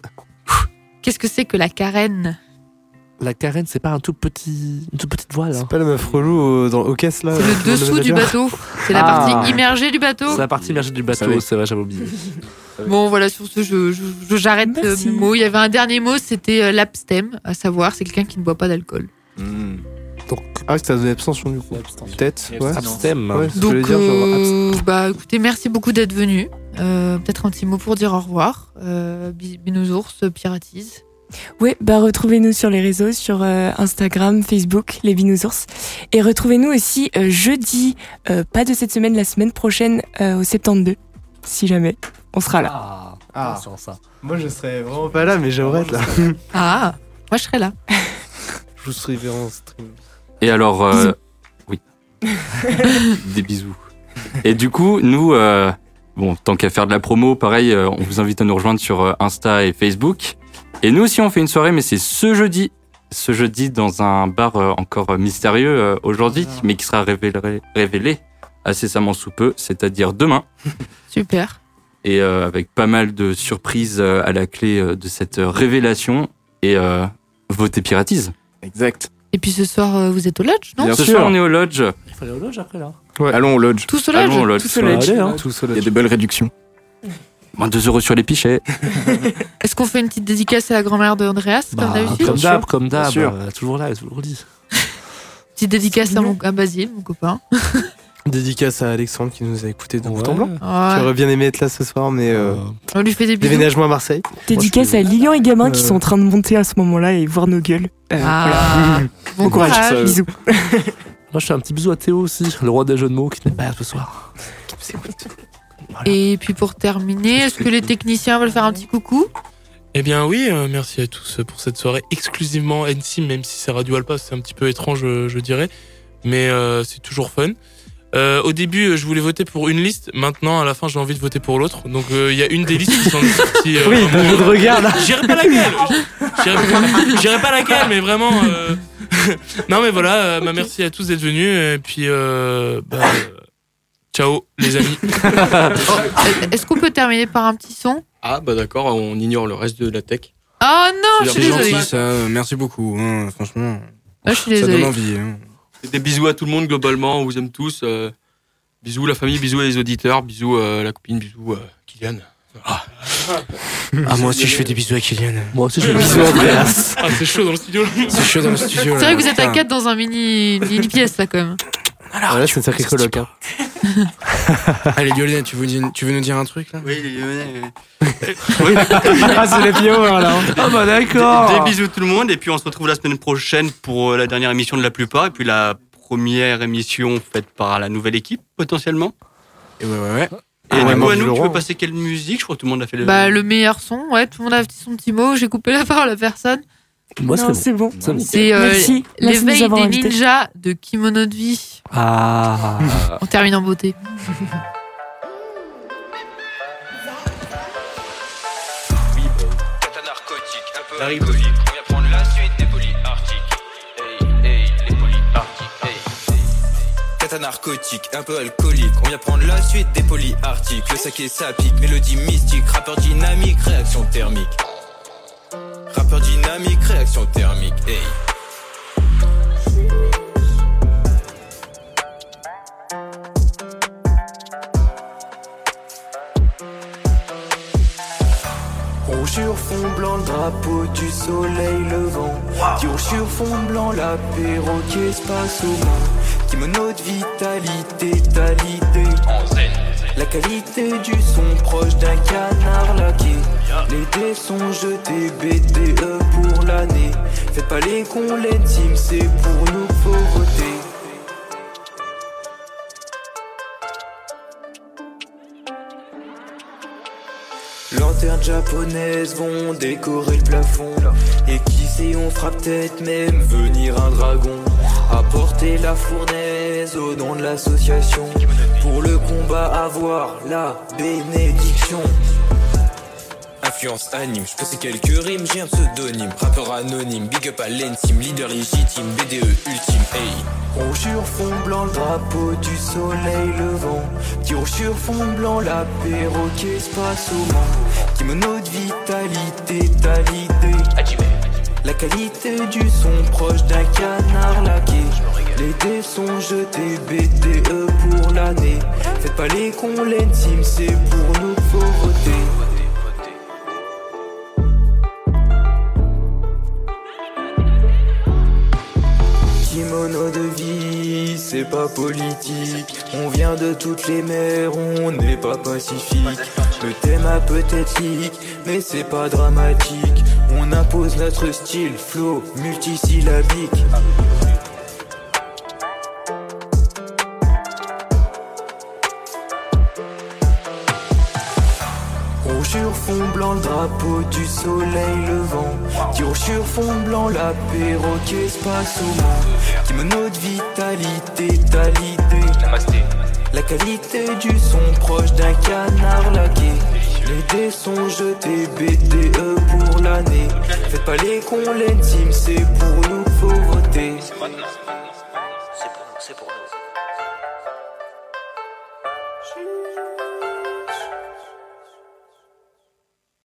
S4: Qu'est-ce que c'est que la carène
S9: La carène, c'est pas un tout petit, une toute petite voile. hein.
S13: Pas la meuf relou euh, dans au caisse là.
S4: C'est le dessous du bateau. C'est la
S9: Ah.
S4: partie immergée du bateau.
S9: C'est la partie immergée du bateau, c'est vrai, j'avais oublié.
S4: Bon voilà, sur ce je je- je- j'arrête euh, mes mots. Il y avait un dernier mot, c'était euh, l'abstem, à savoir c'est quelqu'un qui ne boit pas d'alcool.
S13: Hmm. Ah, c'est de l'abstention du coup. Peut-être. Ouais.
S9: Abstem.
S13: Ouais, c'est ce que
S4: Donc
S13: je voulais dire, genre, abst-
S4: euh, bah écoutez, merci beaucoup d'être venu. Euh, Peut-être un petit mot pour dire au revoir. Euh, bi- Binousours, euh, Piratise.
S5: Ouais, bah retrouvez-nous sur les réseaux, sur euh, Instagram, Facebook, les Binousours. Et retrouvez-nous aussi euh, jeudi, euh, pas de cette semaine, la semaine prochaine, euh, au 72, si jamais. On sera là.
S9: Ah,
S13: attention,
S9: ça.
S13: Moi je serais vraiment pas là, mais j'aimerais être là.
S4: Ah, moi je serai là.
S13: Je vous suivrai en stream.
S6: Et alors, euh, oui, des bisous. Et du coup, nous, euh, bon, tant qu'à faire de la promo, pareil, euh, on vous invite à nous rejoindre sur euh, Insta et Facebook. Et nous aussi, on fait une soirée, mais c'est ce jeudi, ce jeudi dans un bar euh, encore euh, mystérieux euh, aujourd'hui, mais qui sera révélé, révélé incessamment sous peu, c'est-à-dire demain
S4: Super.
S6: et euh, avec pas mal de surprises euh, à la clé euh, de cette euh, révélation. Et euh, votez piratise.
S8: Exact.
S4: Et puis ce soir, euh, vous êtes au lodge, non
S6: Ce soir, on est au lodge.
S9: Il faut aller au lodge après là.
S8: Allons au lodge.
S4: Tous au lodge.
S6: Allons au lodge.
S4: Tous au lodge.
S6: Allez,
S4: hein.
S8: Il y a des belles réductions.
S6: Moins 2 euros sur les pichets.
S4: Est-ce qu'on fait une petite dédicace à la grand-mère de Andreas, comme
S21: Bah.
S4: d'habitude
S9: Bah, comme d'hab, comme
S4: Bien
S9: d'hab,
S4: sûr.
S9: euh, toujours là, toujours dit.
S4: Petite dédicace à, mon, à Basile, mon copain.
S13: Dédicace à Alexandre qui nous a écouté de bout en blanc.
S4: Ouais.
S13: J'aurais bien aimé être là ce soir, mais euh,
S4: On lui fait des bisous.
S13: déménagement à Marseille.
S5: Dédicace à Lilian et Gamin qui
S13: Euh.
S5: sont en train de monter à ce moment-là et voir nos gueules. Euh,
S4: Ah,
S5: voilà.
S4: bon courage.
S5: Bisous.
S9: Moi, je fais un petit bisou à Théo aussi, le roi des jeux de mots, qui n'est pas là ce soir.
S4: Et puis pour terminer, est-ce que les techniciens veulent faire un petit coucou
S10: Eh bien oui, euh, merci à tous pour cette soirée exclusivement NC, même si c'est Radio Alpa, c'est un petit peu étrange, euh, je dirais, mais euh, c'est toujours fun. Euh, au début, euh, je voulais voter pour une liste. Maintenant, à la fin, j'ai envie de voter pour l'autre. Donc, euh, il y a une des listes qui sont sorties. euh,
S13: Oui, le jeu de regard, là.
S10: J'irai pas laquelle. J'irai- J'irai pas laquelle, mais vraiment. euh, non, mais voilà. euh, bah, merci à tous d'être venus. Et puis, euh, bah, euh, ciao, les amis.
S4: Euh, Est-ce qu'on peut terminer par un petit son
S5: Ah bah d'accord, on ignore le reste de la tech.
S4: Oh non, je suis
S21: C'est gentil,
S4: désolée.
S21: ça. euh, Merci beaucoup. hein, franchement,
S4: Ah, je suis
S21: ça donne
S4: désolée.
S21: envie. hein.
S5: Des bisous à tout le monde globalement, on vous aime tous. euh, bisous la famille, bisous les auditeurs, bisous euh, la copine, bisous euh, Kylian. Ah.
S21: Ah, moi aussi, je fais des bisous à Kylian.
S9: Moi aussi,
S21: je fais des bisous à Andreas.
S10: Ah, c'est chaud dans le studio.
S21: C'est chaud dans le
S4: C'est
S21: studio.
S4: vrai que vous êtes à 4 dans un mini, mini pièce là quand même.
S13: Alors, là, c'est une sacrée coloc. hein.
S21: Allez, Yolina, tu, veux dire- tu veux nous dire un truc là
S3: Oui, les Lyonnais,
S13: Ah, c'est la pio là.
S9: Ah bah
S3: Des, des bisous tout le monde et puis on se retrouve la semaine prochaine pour euh, la dernière émission de la plupart et puis la première émission faite par la nouvelle équipe potentiellement.
S21: Et ouais ouais ouais. ouais,
S3: Et du coup
S21: moi,
S3: à
S21: je le
S3: nous, tu
S21: rends.
S3: veux passer quelle musique Je crois que tout le monde a fait le.
S4: Bah, le meilleur son, ouais, tout le monde a dit son petit mot, j'ai coupé la parole à personne.
S9: Moi,
S5: Non, c'est bon.
S4: C'est euh,
S5: Merci. Merci de nous
S4: l'éveil
S5: avoir
S4: des
S5: invités.
S4: ninjas de Kimono de vie.
S9: Ah.
S4: On termine en beauté.
S17: un narcotique, un peu alcoolique. On vient prendre la suite des polyarctiques. Hey, hey, les polyarctiques, hey. hey.
S22: cata narcotique, un peu alcoolique. On vient prendre la suite des polyarctiques. Le saké ça pique, mélodie mystique, rappeur dynamique, réaction thermique. Rappeur dynamique, réaction thermique, hey.
S17: Rouge sur fond blanc, le drapeau du soleil levant. Rouge sur fond blanc, l'apéro qui espace aux mains. Kimono de vitalité, talité. La qualité du son proche d'un canard laqué. Les dés sont jetés, BTE pour l'année. Faites pas les cons, les teams, c'est pour nous pauvreté. Lanternes japonaises vont décorer le plafond. Et qui sait, on fera peut-être même venir un dragon. Apporter la fournaise au nom de l'association. Pour le combat, avoir la bénédiction.
S22: Influence anime, je pensais quelques rimes, j'ai un pseudonyme. Rappeur anonyme, big up à l'intime, leader légitime, BDE E ultime, hey.
S17: Rouge sur fond blanc, le drapeau du soleil levant. Petit rouge sur fond blanc, l'apéro qui espace aux mains. Kimono de vitalité, talité. La qualité du son proche d'un canard laqué. Les dés sont jetés, BTE pour l'année. Faites pas les cons, les teams, c'est pour nous pauvreté. Kimono de vie, c'est pas politique. On vient de toutes les mers, on n'est pas pacifique. Le thème apothétique, mais c'est pas dramatique. On impose notre style, flow, multisyllabique. Rouge sur fond blanc, le drapeau du soleil levant. Petit rouge sur fond blanc, l'apéro qui espace aux mains. Kimono de vitalité, talité. La qualité du son proche d'un canard laqué. Les dés sont jetés, BTE pour l'année. Faites pas les cons, les teams, c'est pour nous pauvreté.
S22: C'est pour nous, c'est pour nous.